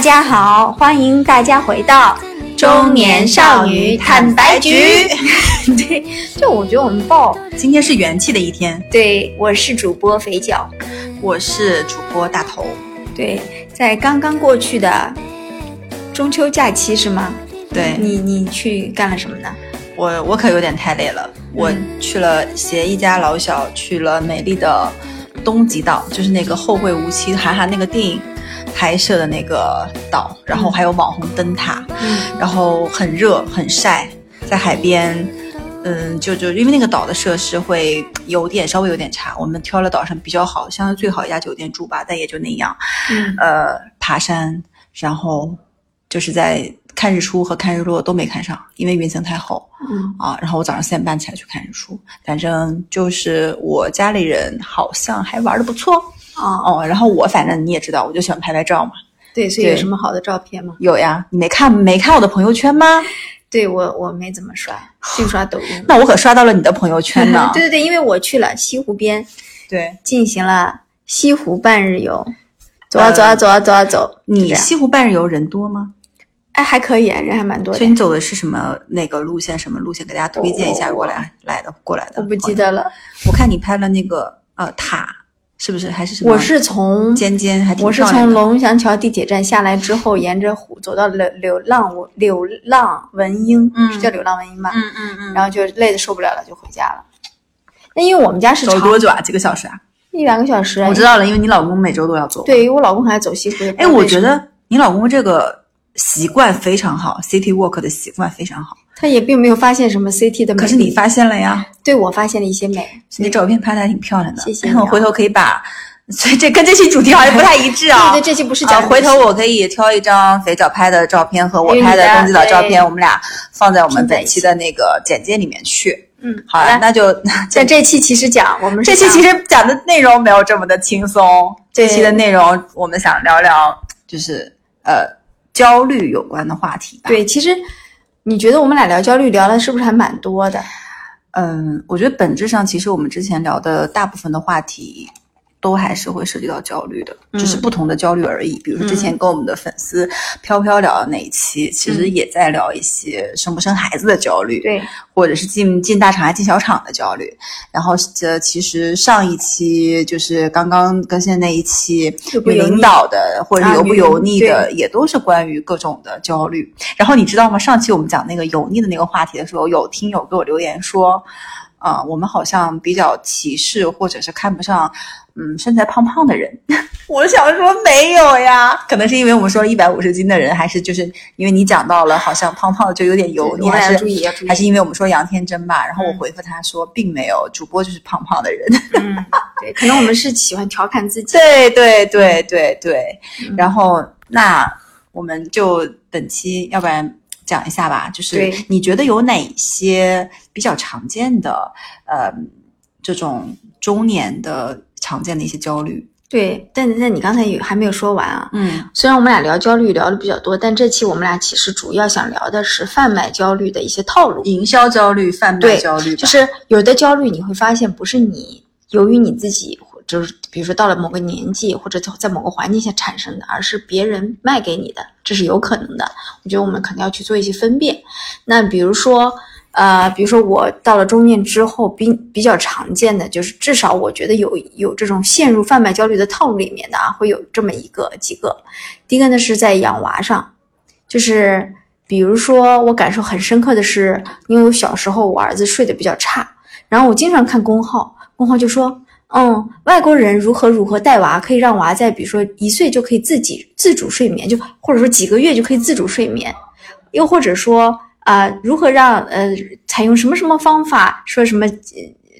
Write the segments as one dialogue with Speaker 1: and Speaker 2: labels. Speaker 1: 家好，欢迎大家回到中年少女坦白局。 对，就我觉得我们爆。
Speaker 2: 今天是元气的一天，
Speaker 1: 对，我是主播肥脚。
Speaker 2: 我是主播大头。
Speaker 1: 对，在刚刚过去的中秋假期是吗？
Speaker 2: 对
Speaker 1: 你你去干了什么呢？
Speaker 2: 我我可有点太累了，我去了携一家老小去了美丽的东极岛，就是那个《后会无期》韩寒那个电影拍摄的那个岛，然后还有网红灯塔，
Speaker 1: 嗯
Speaker 2: 然后很热很晒，在海边，嗯，就就因为那个岛的设施会有点稍微有点差，我们挑了岛上比较好，相对最好一家酒店住吧，但也就那样，
Speaker 1: 嗯，
Speaker 2: 呃，爬山，然后就是在看日出和看日落都没看上，因为云层太厚。
Speaker 1: 嗯
Speaker 2: 啊，然后我早上四点半起来去看日出，反正就是我家里人好像还玩的不错
Speaker 1: 哦，
Speaker 2: 哦。然后我反正你也知道，我就喜欢拍拍照嘛。
Speaker 1: 对，所以有
Speaker 2: 对
Speaker 1: 什么好的照片吗？
Speaker 2: 有呀，你没看没看我的朋友圈吗？
Speaker 1: 对我我没怎么刷，净刷抖音。
Speaker 2: 那我可刷到了你的朋友圈
Speaker 1: 。
Speaker 2: 呢
Speaker 1: 对对对，因为我去了西湖边，
Speaker 2: 对，
Speaker 1: 进行了西湖半日游，走啊走啊
Speaker 2: 呃
Speaker 1: 走啊走啊走，就
Speaker 2: 你
Speaker 1: 这样
Speaker 2: 西湖半日游人多吗？
Speaker 1: 哎还可以啊，人还蛮多
Speaker 2: 所以
Speaker 1: 的，
Speaker 2: 你走的是什么那个路线？什么路线？给大家推荐一下
Speaker 1: 我
Speaker 2: 过来来的过来的。
Speaker 1: 我不记，得了。
Speaker 2: 我看你拍了那个呃塔，是不是还是什么？
Speaker 1: 我是从
Speaker 2: 尖尖还挺
Speaker 1: 我是
Speaker 2: 漂亮
Speaker 1: 从
Speaker 2: 的
Speaker 1: 龙翔桥地铁站下来之后，沿着湖走到流流浪我流浪文英，
Speaker 2: 嗯
Speaker 1: 是叫流浪文英吧？
Speaker 2: 嗯嗯嗯，
Speaker 1: 然后就累得受不了了，就回家了。那因为我们家是
Speaker 2: 走
Speaker 1: 长
Speaker 2: 多久啊？几个小时啊？
Speaker 1: 一两个小时啊，
Speaker 2: 我知道了，因为你老公每周都要走。
Speaker 1: 对，因为我老公还走西湖。也不知
Speaker 2: 哎，
Speaker 1: 道
Speaker 2: 我
Speaker 1: 为什
Speaker 2: 觉
Speaker 1: 么
Speaker 2: 得你老公这个习惯非常好，City Walk 的习惯非常好。
Speaker 1: 他也并没有发现什么 CT 的美丽，
Speaker 2: 可是你发现了呀，
Speaker 1: 对我发现了一些美，
Speaker 2: 你照片拍的还挺漂亮的。
Speaker 1: 谢谢你啊
Speaker 2: 我回头可以把，所以这跟这期主题好像不太一致啊。
Speaker 1: 对对，这期不是
Speaker 2: 啊
Speaker 1: 讲
Speaker 2: 回头我可以挑一张肥脚拍的照片和我拍的东极岛照
Speaker 1: 哎
Speaker 2: 片，我们俩放在我们
Speaker 1: 拼在
Speaker 2: 本期的那个简介里面去。
Speaker 1: 嗯，
Speaker 2: 好
Speaker 1: 好
Speaker 2: 啊，
Speaker 1: 了，
Speaker 2: 那就
Speaker 1: 但这期其实讲我们
Speaker 2: 这期其
Speaker 1: 实
Speaker 2: 实讲的内容没有这么的轻松，
Speaker 1: 对
Speaker 2: 这期的内容我们想聊聊就是呃焦虑有关的话题吧。
Speaker 1: 对，其实你觉得我们俩聊焦虑聊的是不是还蛮多的？
Speaker 2: 嗯，我觉得本质上其实我们之前聊的大部分的话题，都还是会涉及到焦虑的，只是
Speaker 1: 嗯
Speaker 2: 不同的焦虑而已。比如说之前跟我们的粉丝飘飘聊的那一期，其实也在聊一些生不生孩子的焦虑，
Speaker 1: 嗯对，
Speaker 2: 或者是进进大厂还进小厂的焦虑。然后这其实上一期就是刚刚更新的那一期，
Speaker 1: 有
Speaker 2: 有
Speaker 1: 不油腻
Speaker 2: 领导的或者
Speaker 1: 啊
Speaker 2: 油不
Speaker 1: 有
Speaker 2: 油腻的，
Speaker 1: 对
Speaker 2: 也都是关于各种的焦虑。然后你知道吗？上期我们讲那个油腻的那个话题的时候，有听友给我留言说，啊、我们好像比较歧视或者是看不上，嗯，身材胖胖的人。 我想说没有呀，可能是因为我们说一百五十斤的人，还是就是因为你讲到了，好像胖胖的就有点油
Speaker 1: 我
Speaker 2: 腻，
Speaker 1: 们
Speaker 2: 还
Speaker 1: 俩
Speaker 2: 是
Speaker 1: 要注意要注意
Speaker 2: 还是因为我们说杨天真吧？然后我
Speaker 1: 嗯
Speaker 2: 回复他说，并没有，主播就是胖胖的 人。
Speaker 1: 嗯，对，可能我们是喜欢调侃自己，
Speaker 2: 对对对对对，
Speaker 1: 嗯
Speaker 2: 然后那我们就本期，要不然讲一下吧，就是
Speaker 1: 对
Speaker 2: 你觉得有哪些比较常见的，呃，这种中年的常见的一些焦虑？
Speaker 1: 对，但但你刚才也还没有说完啊。
Speaker 2: 嗯
Speaker 1: 虽然我们俩聊焦虑聊的比较多，但这期我们俩其实主要想聊的是贩卖焦虑的一些套路。
Speaker 2: 营销焦虑、贩卖
Speaker 1: 对
Speaker 2: 焦虑吧，
Speaker 1: 就是有的焦虑你会发现不是你由于你自己，或就是比如说到了某个年纪或者在在某个环境下产生的，而是别人卖给你的，这是有可能的。我觉得我们肯定要去做一些分辨。那比如说，呃，比如说我到了中年之后，比比较常见的就是，至少我觉得有有这种陷入贩卖焦虑的套路里面的啊，会有这么一个几个。第一个呢是在养娃上，就是比如说我感受很深刻的是，因为我小时候我儿子睡得比较差，然后我经常看公号，公号就说。嗯，外国人如何如何带娃，可以让娃在比如说一岁就可以自己自主睡眠，就或者说几个月就可以自主睡眠，又或者说啊、呃如何让呃采用什么什么方法，说什么呃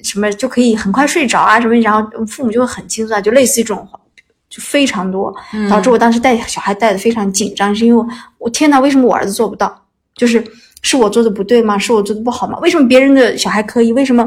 Speaker 1: 什么就可以很快睡着啊什么，然后父母就会很轻松啊，就类似于这种话就非常多，
Speaker 2: 嗯
Speaker 1: 导致我当时带小孩带的非常紧张，是因为我我天呐，为什么我儿子做不到？就是是我做的不对吗？是我做的不好吗？为什么别人的小孩可以？为什么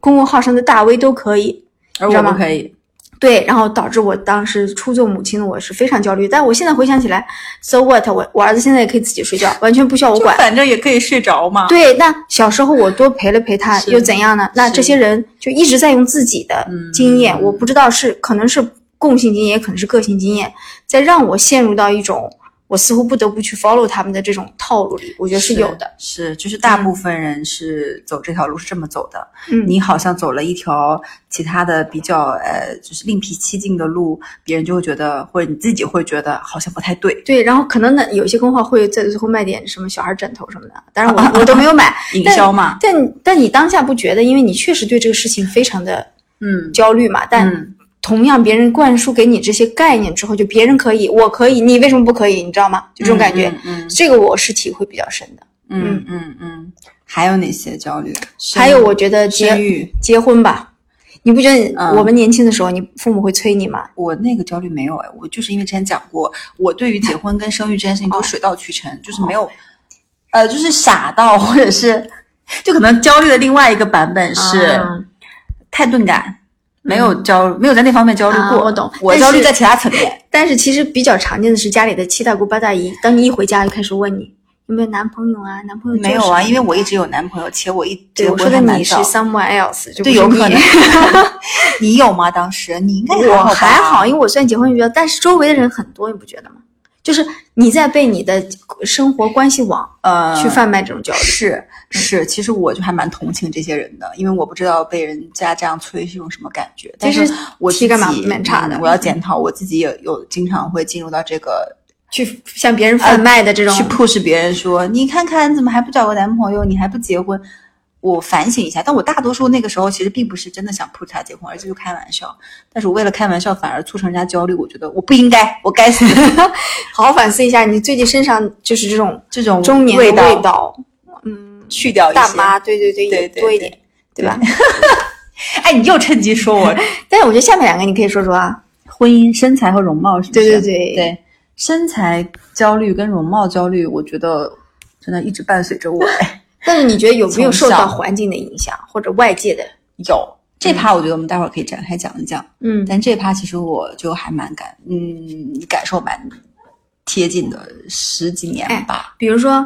Speaker 1: 公众号上的大 V 都可以？
Speaker 2: 而
Speaker 1: 知
Speaker 2: 我
Speaker 1: 道
Speaker 2: 不
Speaker 1: 吗
Speaker 2: 可以。
Speaker 1: 对，然后导致我当时初做母亲的我是非常焦虑，但我现在回想起来，so what，我我儿子现在也可以自己睡觉，完全不需要我
Speaker 2: 就
Speaker 1: 管。
Speaker 2: 反正也可以睡着嘛。
Speaker 1: 对，那小时候我多陪了陪他
Speaker 2: 啊是
Speaker 1: 又怎样呢？那
Speaker 2: 是
Speaker 1: 这些人就一直在用自己的
Speaker 2: 嗯
Speaker 1: 经验，我不知道是可能是共性经验，也可能是个性经验，在让我陷入到一种我似乎不得不去 follow 他们的这种套路里，我觉得是嗯有的。
Speaker 2: 是，就是大部分人是走这条路是这么走的。
Speaker 1: 嗯
Speaker 2: 你好像走了一条其他的比较呃，就是另辟蹊径的路，别人就会觉得，或者你自己会觉得好像不太对。
Speaker 1: 对，然后可能呢，有些公号会在最后卖点什么小孩枕头什么的，但是 我我都没有买。
Speaker 2: 营销嘛，
Speaker 1: 但但你当下不觉得，因为你确实对这个事情非常的
Speaker 2: 嗯
Speaker 1: 焦虑嘛。但
Speaker 2: 嗯，
Speaker 1: 同样，别人灌输给你这些概念之后，就别人可以，我可以，你为什么不可以？你知道吗？就这种感觉，
Speaker 2: 嗯
Speaker 1: 这个我是体会比较深的。
Speaker 2: 嗯嗯嗯嗯，还有哪些焦虑？
Speaker 1: 还有，我觉得
Speaker 2: 生
Speaker 1: 结
Speaker 2: 育，
Speaker 1: 结婚吧，你不觉
Speaker 2: 嗯
Speaker 1: 得我们年轻的时候，你父母会催你吗？
Speaker 2: 我那个焦虑没有哎，我就是因为之前讲过，我对于结婚跟生育这件事情都水到渠成，就是没
Speaker 1: 哦
Speaker 2: 有，呃，就是傻到或者是，就可能焦虑的另外一个版本是。
Speaker 1: 啊
Speaker 2: 太钝感，没有焦，没有在那方面焦虑
Speaker 1: 嗯啊
Speaker 2: 过。
Speaker 1: 我懂
Speaker 2: 我
Speaker 1: 但
Speaker 2: 焦虑
Speaker 1: 是
Speaker 2: 在其他层面。
Speaker 1: 但是其实比较常见的是家里的七大姑八大姨，当你一回家就开始问你有没有男朋友啊，男朋友
Speaker 2: 没有啊，因为
Speaker 1: 我
Speaker 2: 我一直有男朋友，且我一
Speaker 1: 对
Speaker 2: 结
Speaker 1: 我
Speaker 2: 婚
Speaker 1: 说
Speaker 2: 还
Speaker 1: 的
Speaker 2: 蛮
Speaker 1: 你是
Speaker 2: 早
Speaker 1: someone else，就不
Speaker 2: 对，
Speaker 1: 是
Speaker 2: 有可
Speaker 1: 你
Speaker 2: 能。你有吗？当时你应该
Speaker 1: 我还好，因
Speaker 2: 为
Speaker 1: 为我虽然结婚比较，但是周围的人很多，你不觉得吗？就是你在被你的生活关系网
Speaker 2: 呃
Speaker 1: 去贩卖这种焦虑。嗯
Speaker 2: 是是，其实我就还蛮同情这些人的，因为我不知道被人家这样催是种什么感觉。但
Speaker 1: 其
Speaker 2: 是
Speaker 1: 实
Speaker 2: 我自
Speaker 1: 体感蛮
Speaker 2: 己
Speaker 1: 蛮差的
Speaker 2: 嗯我要检讨我自己也有经常会进入到这个
Speaker 1: 去向别人贩卖的这种，
Speaker 2: 呃去 push 别人说，你看看你怎么还不找个男朋友，你还不结婚。我反省一下，但我大多数那个时候其实并不是真的想 push 他结婚，而是就开玩笑。但是我为了开玩笑，反而促成人家焦虑。我觉得我不应该，我该死。
Speaker 1: 好好反思一下，你最近身上就是这种
Speaker 2: 这种
Speaker 1: 中年的
Speaker 2: 味道
Speaker 1: 道嗯，
Speaker 2: 去掉一些。
Speaker 1: 大妈，对对对，
Speaker 2: 对
Speaker 1: 也
Speaker 2: 对
Speaker 1: 多一
Speaker 2: 对
Speaker 1: 点，对吧？
Speaker 2: 哎，你又趁机说我
Speaker 1: 但是我觉得下面两个你可以说说啊，
Speaker 2: 婚姻、身材和容貌是不
Speaker 1: 对对
Speaker 2: 是？
Speaker 1: 对
Speaker 2: 对，身材焦虑跟容貌焦虑，我觉得真的一直伴随着我。哎
Speaker 1: 但是你觉得有没有受
Speaker 2: 从
Speaker 1: 到
Speaker 2: 小
Speaker 1: 环境的影响或者外界的？
Speaker 2: 有这趴，我觉得我们待会儿可以展开讲一讲。
Speaker 1: 嗯
Speaker 2: 但这趴其实我就还蛮感，嗯，感受蛮贴近的，十几年
Speaker 1: 哎
Speaker 2: 吧。
Speaker 1: 比如说，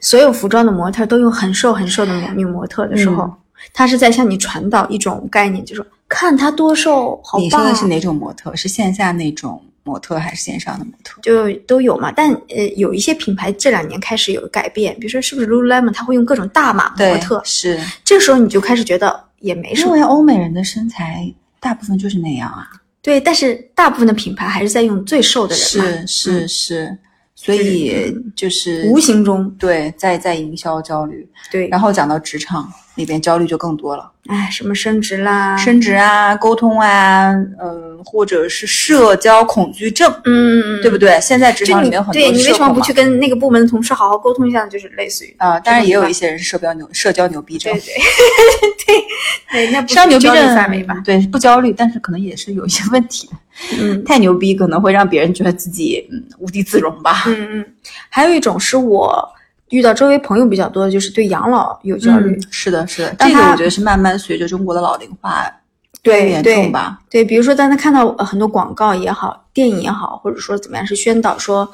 Speaker 1: 所有服装的模特都用很瘦很瘦的模女模特的时候，
Speaker 2: 嗯
Speaker 1: 她是在向你传导一种概念，就是看她多瘦，好
Speaker 2: 你说
Speaker 1: 棒啊，
Speaker 2: 的是哪种模特？是线下那种模特，还是线上的模特？
Speaker 1: 就都有嘛。但呃，有一些品牌这两年开始有改变，比如说是不是 Lululemon，它会用各种大码模特，哎
Speaker 2: 是
Speaker 1: 这时候你就开始觉得也没什
Speaker 2: 因
Speaker 1: 么
Speaker 2: 为。欧美人的身材大部分就是那样啊。
Speaker 1: 对，但是大部分的品牌还是在用最瘦的人嘛，嗯
Speaker 2: 是是是，所以就是
Speaker 1: 无形中
Speaker 2: 对在在营销焦虑，
Speaker 1: 对，
Speaker 2: 然后讲到职场里边焦虑就更多了，
Speaker 1: 哎，什么升职啦，
Speaker 2: 升职啊、沟通啊，嗯，或者是社交恐惧症，
Speaker 1: 嗯，
Speaker 2: 对不对？现在职
Speaker 1: 就
Speaker 2: 场里
Speaker 1: 你
Speaker 2: 面很多
Speaker 1: 对你为
Speaker 2: 社
Speaker 1: 什么
Speaker 2: 恐
Speaker 1: 不
Speaker 2: 嘛
Speaker 1: 去跟那个部门的同事好好沟通一下呢？就是类似 于
Speaker 2: 啊，当然也有一
Speaker 1: 些
Speaker 2: 些人是社标牛社交牛逼症
Speaker 1: 对，对 对对，那不
Speaker 2: 社交
Speaker 1: 是
Speaker 2: 牛逼
Speaker 1: 焦虑
Speaker 2: 症
Speaker 1: 范围吧？
Speaker 2: 对不焦虑，但是可能也是有一些问题的。
Speaker 1: 嗯
Speaker 2: 太牛逼可能会让别人觉得自己嗯无地自容吧。
Speaker 1: 嗯嗯，还有一种是我遇到周围朋友比较多的，就是对养老有焦虑。
Speaker 2: 是的，是的，
Speaker 1: 嗯但
Speaker 2: 这个
Speaker 1: 他
Speaker 2: 我觉得是慢慢随着中国的老龄化越
Speaker 1: 对
Speaker 2: 严
Speaker 1: 对
Speaker 2: 重吧。
Speaker 1: 对，比如说当他看到呃很多广告也好，电影也好，或者说怎么样是宣导说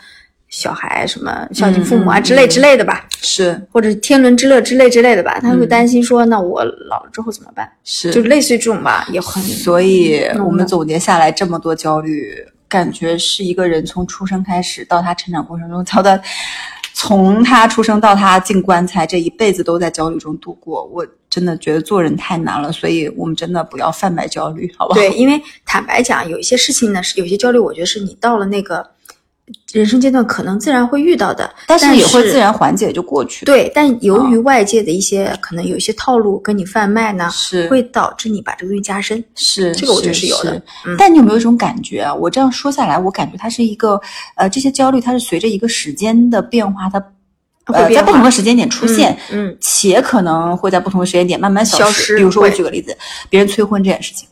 Speaker 1: 小孩什么孝敬父母啊
Speaker 2: 嗯嗯
Speaker 1: 之类
Speaker 2: 嗯
Speaker 1: 之类的吧，
Speaker 2: 是
Speaker 1: 或者天伦之乐之类之类的吧，他
Speaker 2: 嗯
Speaker 1: 会担心说那我老了之后怎么办？
Speaker 2: 是，
Speaker 1: 就类似于这种吧，也很
Speaker 2: 所以
Speaker 1: 嗯
Speaker 2: 我
Speaker 1: 那
Speaker 2: 们总结下来这么多焦虑，感觉是一个人从出生开始到他成长过程中，到他从他出生到他进棺材这一辈子都在焦虑中度过。我真的觉得做人太难了，所以我们真的不要贩卖焦虑，好不好？
Speaker 1: 对，因为坦白讲，有一些事情呢，是有些焦虑，我觉得是你到了那个人生阶段，可能自然会遇到的，
Speaker 2: 但
Speaker 1: 是
Speaker 2: 是也会自。然嗯缓解就过去。，
Speaker 1: 对，但由于外界的一些、可能有一些套路跟你贩卖呢，
Speaker 2: 是
Speaker 1: 会导致你把这个东西加深。
Speaker 2: 是
Speaker 1: 这个我觉得是有的嗯
Speaker 2: 但你有没有一种感觉啊？我这样说下来，我感觉它是一个呃，这些焦虑它是随着一个时间的变化，它
Speaker 1: 会
Speaker 2: 呃
Speaker 1: 变
Speaker 2: 在不
Speaker 1: 化
Speaker 2: 同的时间点出现，
Speaker 1: 嗯嗯
Speaker 2: 且可能会在不同的时间点慢慢
Speaker 1: 消失
Speaker 2: 失。比如说，我
Speaker 1: 会
Speaker 2: 举个例子，别人催婚这件事情，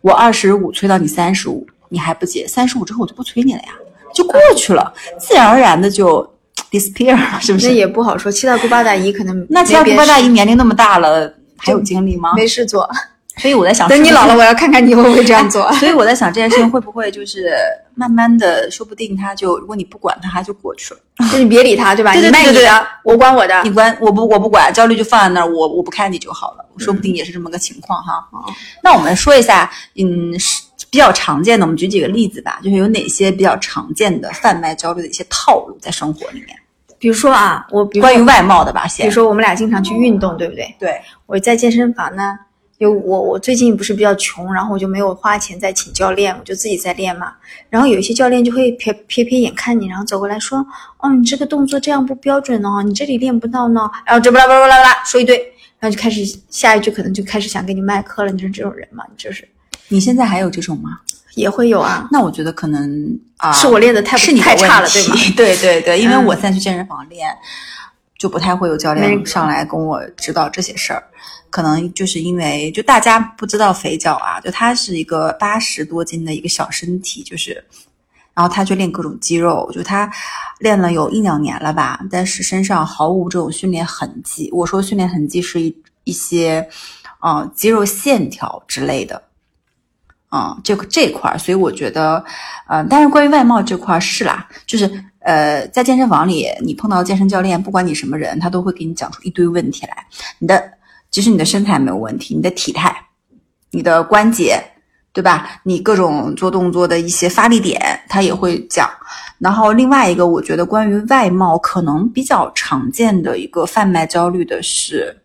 Speaker 2: 我二十五催到你三十五，你还不结，三十五之后我就不催你了呀，就过去了，自然而然的就 disappear 了，是不
Speaker 1: 那
Speaker 2: 是？
Speaker 1: 也不好说，七大姑八大姨可能
Speaker 2: 那
Speaker 1: 没
Speaker 2: 其他
Speaker 1: 别
Speaker 2: 姑八大
Speaker 1: 事
Speaker 2: 姨年龄那么大了，还有精力吗？
Speaker 1: 没事 做，
Speaker 2: 所以我在想，
Speaker 1: 等你老
Speaker 2: 了。
Speaker 1: 了，我要看看你会不会这样做。
Speaker 2: 所以我在想，这件事情会不会就是慢慢的，说不定他就，如果你不管他，他就过去了。
Speaker 1: 就你别理他，对吧？
Speaker 2: 对对
Speaker 1: 你卖
Speaker 2: 对
Speaker 1: 你
Speaker 2: 对对
Speaker 1: 的，我管我的
Speaker 2: 你。管我不，我不管，焦虑就放在那儿，我我不看你就好了。说不定也是这么个情况哈。
Speaker 1: 嗯哦
Speaker 2: 那我们说一下，嗯，是比较常见的，我们举几个例子吧，就是有哪些比较常见的贩卖焦虑的一些套路在生活里面？
Speaker 1: 比如说啊，我比如
Speaker 2: 关于
Speaker 1: 说
Speaker 2: 外貌的吧，
Speaker 1: 比
Speaker 2: 先
Speaker 1: 如说我们俩经常去运动，对不对？
Speaker 2: 对，
Speaker 1: 我在健身房呢，有我我最近不是比较穷，然后我就没有花钱再请教练，我就自己在练嘛。然后有一些教练就会撇撇撇眼看你，然后走过来说：“哦，你这个动作这样不标准哦，你这里练不到呢。”然后这巴拉巴拉巴拉巴拉说一堆，然后就开始下一句可能就开始想给你卖课了。你就是这种人嘛，你就是
Speaker 2: 你现在还有这种吗？
Speaker 1: 也会有啊。
Speaker 2: 那我觉得可能啊，
Speaker 1: 是我练的太不
Speaker 2: 是你的
Speaker 1: 太差了，
Speaker 2: 问题
Speaker 1: 对吗？？
Speaker 2: 对对对，因为
Speaker 1: 嗯
Speaker 2: 我现在去健身房练，就不太会有教
Speaker 1: 没
Speaker 2: 练
Speaker 1: 人
Speaker 2: 上来跟我指导这些事儿。可能就是因为就大家不知道肥脚啊，就他是一个八十多斤的一个小身体，就是，然后他去练各种肌肉，就他练了有一两年了吧，但是身上毫无这种训练痕迹。我说训练痕迹是一一些，呃，肌肉线条之类的，啊、这个这块儿，所以我觉得，呃，但是关于外貌这块儿是啦，就是呃，在健身房里，你碰到健身教练，不管你什么人，他都会给你讲出一堆问题来。你的，即使你的身材没有问题，你的体态、你的关节，对吧？你各种做动作的一些发力点，他也会讲。然后另外一个，我觉得关于外貌可能比较常见的一个贩卖焦虑的是，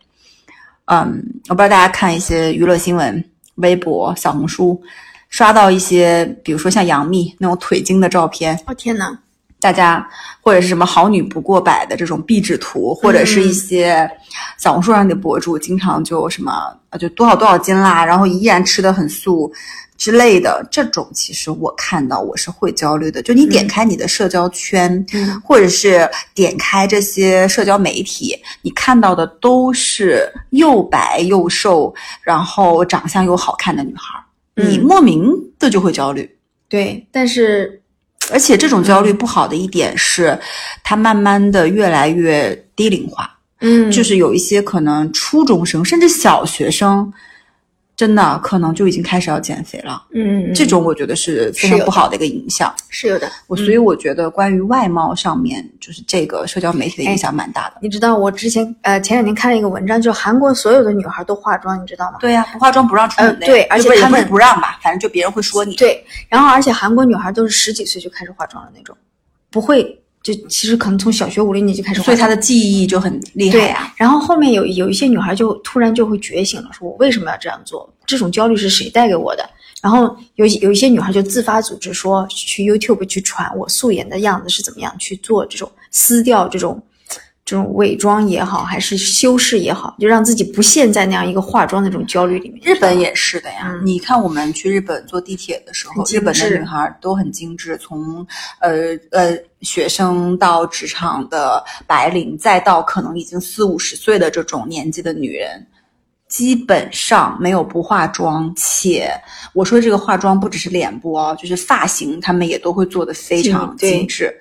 Speaker 2: 嗯，我不知道大家看一些娱乐新闻、微博、小红书，刷到一些，比如说像杨幂那种腿精的照片，
Speaker 1: 哦天哪，
Speaker 2: 大家或者是什么好女不过百的这种壁纸图，或者是一些小红书上的博主，经常就什么啊就多少多少斤啦，然后依然吃的很素之类的，这种其实我看到我是会焦虑的。就你点开你的社交圈，
Speaker 1: 嗯
Speaker 2: 或者是点开这些社交媒体，你看到的都是又白又瘦，然后长相又好看的女孩儿，
Speaker 1: 嗯
Speaker 2: 你莫名的就会焦虑。
Speaker 1: 对，但是
Speaker 2: 而且这种焦虑不好的一点是，它慢慢的越来越低龄化，
Speaker 1: 嗯，
Speaker 2: 就是有一些可能初中生甚至小学生，真的可能就已经开始要减肥了。
Speaker 1: 嗯嗯嗯
Speaker 2: 这种我觉得是非
Speaker 1: 是
Speaker 2: 常
Speaker 1: 有
Speaker 2: 不好的一个影响。
Speaker 1: 是有的。
Speaker 2: 我所以我觉得关于外貌上面，就是这个社交媒体的影响蛮大的。
Speaker 1: 你知道我之前呃前两天看了一个文章，就韩国所有的女孩都化妆，你知道吗？
Speaker 2: 对呀、不化妆不让出门
Speaker 1: 呃
Speaker 2: 的、
Speaker 1: 对而且
Speaker 2: 不是也
Speaker 1: 他
Speaker 2: 不是
Speaker 1: 们
Speaker 2: 不让吧，反正就别人会说你。
Speaker 1: 对，然后而且韩国女孩都是十几岁就开始化妆的那种，不会就其实可能从小学五六年级开始化
Speaker 2: 所
Speaker 1: 妆。
Speaker 2: 以他的记忆就很厉害啊
Speaker 1: 对
Speaker 2: 呀、，
Speaker 1: 然后后面有有一些女孩就突然就会觉醒了，说我为什么要这样做？这种焦虑是谁带给我的？然后有一有一些女孩就自发组织说去 YouTube 去传我素颜的样子是怎么样去做这种撕掉这种这种伪装也好，还是修饰也好，就让自己不陷在那样一个化妆的这种焦虑里面。
Speaker 2: 日本也是的呀，
Speaker 1: 嗯
Speaker 2: 你看我们去日本坐地铁的时候
Speaker 1: 很，精
Speaker 2: 日本的
Speaker 1: 致
Speaker 2: 女孩儿都很精致，从呃呃学生到职场的白领，再到可能已经四五十岁的这种年纪的女人，基本上没有不化妆，且我说这个化妆不只是脸部哦，就是发型，他们也都会做的非常
Speaker 1: 嗯对
Speaker 2: 精致。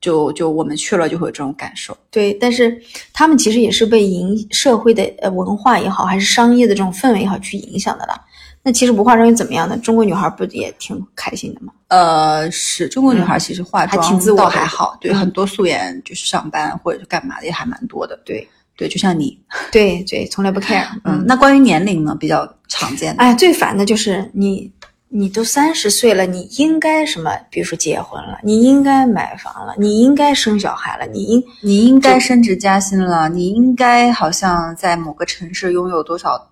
Speaker 2: 就就我们去了就会有这种感受，
Speaker 1: 对，但是他们其实也是被影社会的呃文化也好，还是商业的这种氛围也好去影响的啦。那其实不化妆又怎么样呢？中国女孩不也挺开心的吗？
Speaker 2: 呃，是中国女孩其实化
Speaker 1: 嗯还
Speaker 2: 妆
Speaker 1: 挺自我
Speaker 2: 倒
Speaker 1: 的
Speaker 2: 还好，对，
Speaker 1: 嗯
Speaker 2: 很多素颜就是上班或者是干嘛的也还蛮多的，
Speaker 1: 对
Speaker 2: 对，就像你，
Speaker 1: 对对，从来不 care。
Speaker 2: 嗯，，那关于年龄呢，比较常见的，
Speaker 1: 哎，最烦的就是你，你都三十岁了，你应该什么？比如说结婚了，你应该买房了，你应该生小孩了，你应
Speaker 2: 你应该升职加薪了，你应该好像在某个城市拥有多少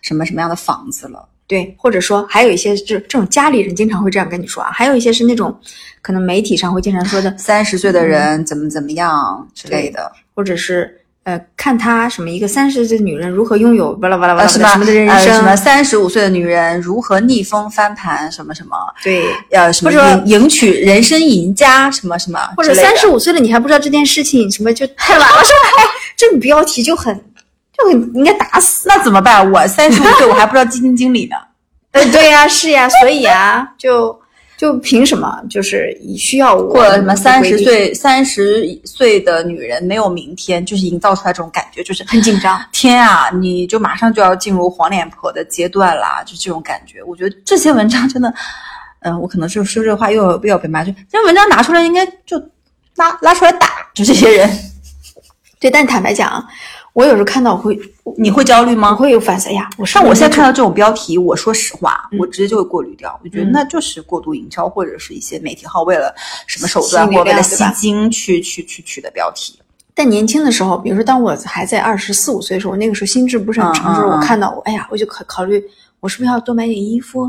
Speaker 2: 什么什么样的房子了，
Speaker 1: 对，或者说还有一些就是这种家里人经常会这样跟你说啊，还有一些是那种可能媒体上会经常说的，
Speaker 2: 三十岁
Speaker 1: 嗯
Speaker 2: 的人怎么怎么样之类的，
Speaker 1: 或者是呃，看她什么一个三十岁的女人如何拥有巴拉巴拉巴拉
Speaker 2: 什
Speaker 1: 巴
Speaker 2: 么
Speaker 1: 拉什么的人
Speaker 2: 呃什
Speaker 1: 生，
Speaker 2: 么三十五岁的女人如何逆风翻盘，什么什么，
Speaker 1: 对，
Speaker 2: 呃，什么
Speaker 1: 或者
Speaker 2: 赢赢取人生赢家，什么什么
Speaker 1: 或
Speaker 2: 之
Speaker 1: 者
Speaker 2: 类的，
Speaker 1: 三十五岁了你还不知道这件事情，什么就太晚 了，是吧？这种标题就很就很应该打死。
Speaker 2: 那怎么办？我三十五岁，我还不知道基金经理呢。
Speaker 1: 呃，对呀、是呀、所以啊，就就凭什么就是需要我
Speaker 2: 或者什么三十
Speaker 1: 规定
Speaker 2: 岁三十岁的女人没有明天，就是营造出来这种感觉，就是
Speaker 1: 很紧张，
Speaker 2: 天啊，你就马上就要进入黄脸婆的阶段啦，就这种感觉。我觉得这些文章真的， 嗯、我可能是说这话又要又要被骂，就这些文章拿出来应该就拉拉出来打，就这些人。
Speaker 1: 对，但坦白讲，我有时候看到我会
Speaker 2: 你会焦虑
Speaker 1: 我
Speaker 2: 吗？
Speaker 1: 会有反思，哎呀，我是
Speaker 2: 但
Speaker 1: 不
Speaker 2: 我
Speaker 1: 是
Speaker 2: 现在
Speaker 1: 就
Speaker 2: 看到这种标题，我说实话，
Speaker 1: 嗯
Speaker 2: 我直接就会过滤掉。我觉得
Speaker 1: 嗯
Speaker 2: 那就是过度营销，或者是一些媒体号为了什么手
Speaker 1: 吸
Speaker 2: 段
Speaker 1: 引
Speaker 2: 或
Speaker 1: 流
Speaker 2: 为了
Speaker 1: 量对
Speaker 2: 吸
Speaker 1: 吧
Speaker 2: 睛去去去取的标题。
Speaker 1: 但年轻的时候，比如说当我还在二十四五岁的时候，我那个时候心智不是很成熟，
Speaker 2: 嗯嗯嗯
Speaker 1: 我看到我，哎呀，我就考考虑，我是不是要多买点衣服，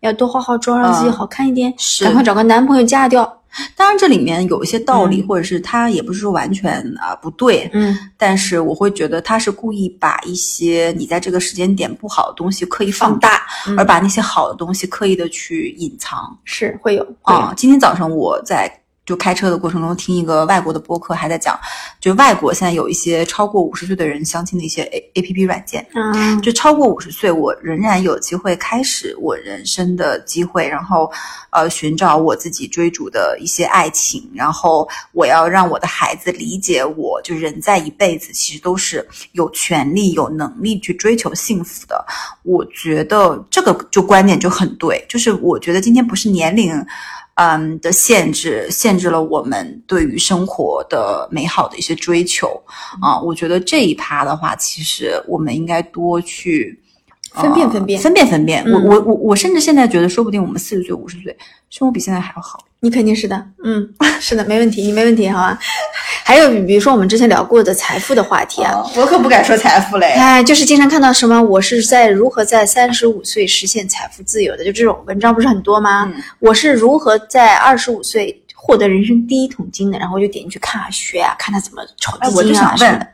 Speaker 1: 要多化化妆，让自己
Speaker 2: 嗯
Speaker 1: 好看一点，
Speaker 2: 是
Speaker 1: 赶快找个男朋友嫁掉。
Speaker 2: 当然，这里面有一些道理，
Speaker 1: 嗯
Speaker 2: 或者是它也不是说完全啊、不对，
Speaker 1: 嗯，
Speaker 2: 但是我会觉得他是故意把一些你在这个时间点不好的东西刻意放大，
Speaker 1: 嗯
Speaker 2: 而把那些好的东西刻意的去隐藏
Speaker 1: 是会有会有
Speaker 2: 啊、今天早上我在。就开车的过程中听一个外国的播客，还在讲，就外国现在有一些超过五十岁的人相亲的一些 A A P P 软件，
Speaker 1: 嗯，
Speaker 2: 就超过五十岁，我仍然有机会开始我人生的机会，然后呃寻找我自己追逐的一些爱情，然后我要让我的孩子理解我，就人在一辈子其实都是有权利、有能力去追求幸福的。我觉得这个就观点就很对，就是我觉得今天不是年龄。嗯的限制限制了我们对于生活的美好的一些追求，啊，我觉得这一趴的话，其实我们应该多去。呃
Speaker 1: 分辨分辨
Speaker 2: 分辨分辨。我
Speaker 1: 嗯
Speaker 2: 我我我甚至现在觉得，说不定我们四十岁、五十岁，生活比现在还要好。
Speaker 1: 你肯定是的， 嗯，是的，没问题，你没问题，好吧？还有比比如说我们之前聊过的财富的话题啊，
Speaker 2: 我可不敢说财富嘞。
Speaker 1: 哎，就是经常看到什么我是在如何在三十五岁实现财富自由的，就这种文章不是很多吗？
Speaker 2: 嗯
Speaker 1: 我是如何在二十五岁获得人生第一桶金的，然后我就点进去看啊，学啊，看他怎么炒
Speaker 2: 哎，
Speaker 1: 基
Speaker 2: 我就
Speaker 1: 金啊
Speaker 2: 想
Speaker 1: 什么的
Speaker 2: 问。，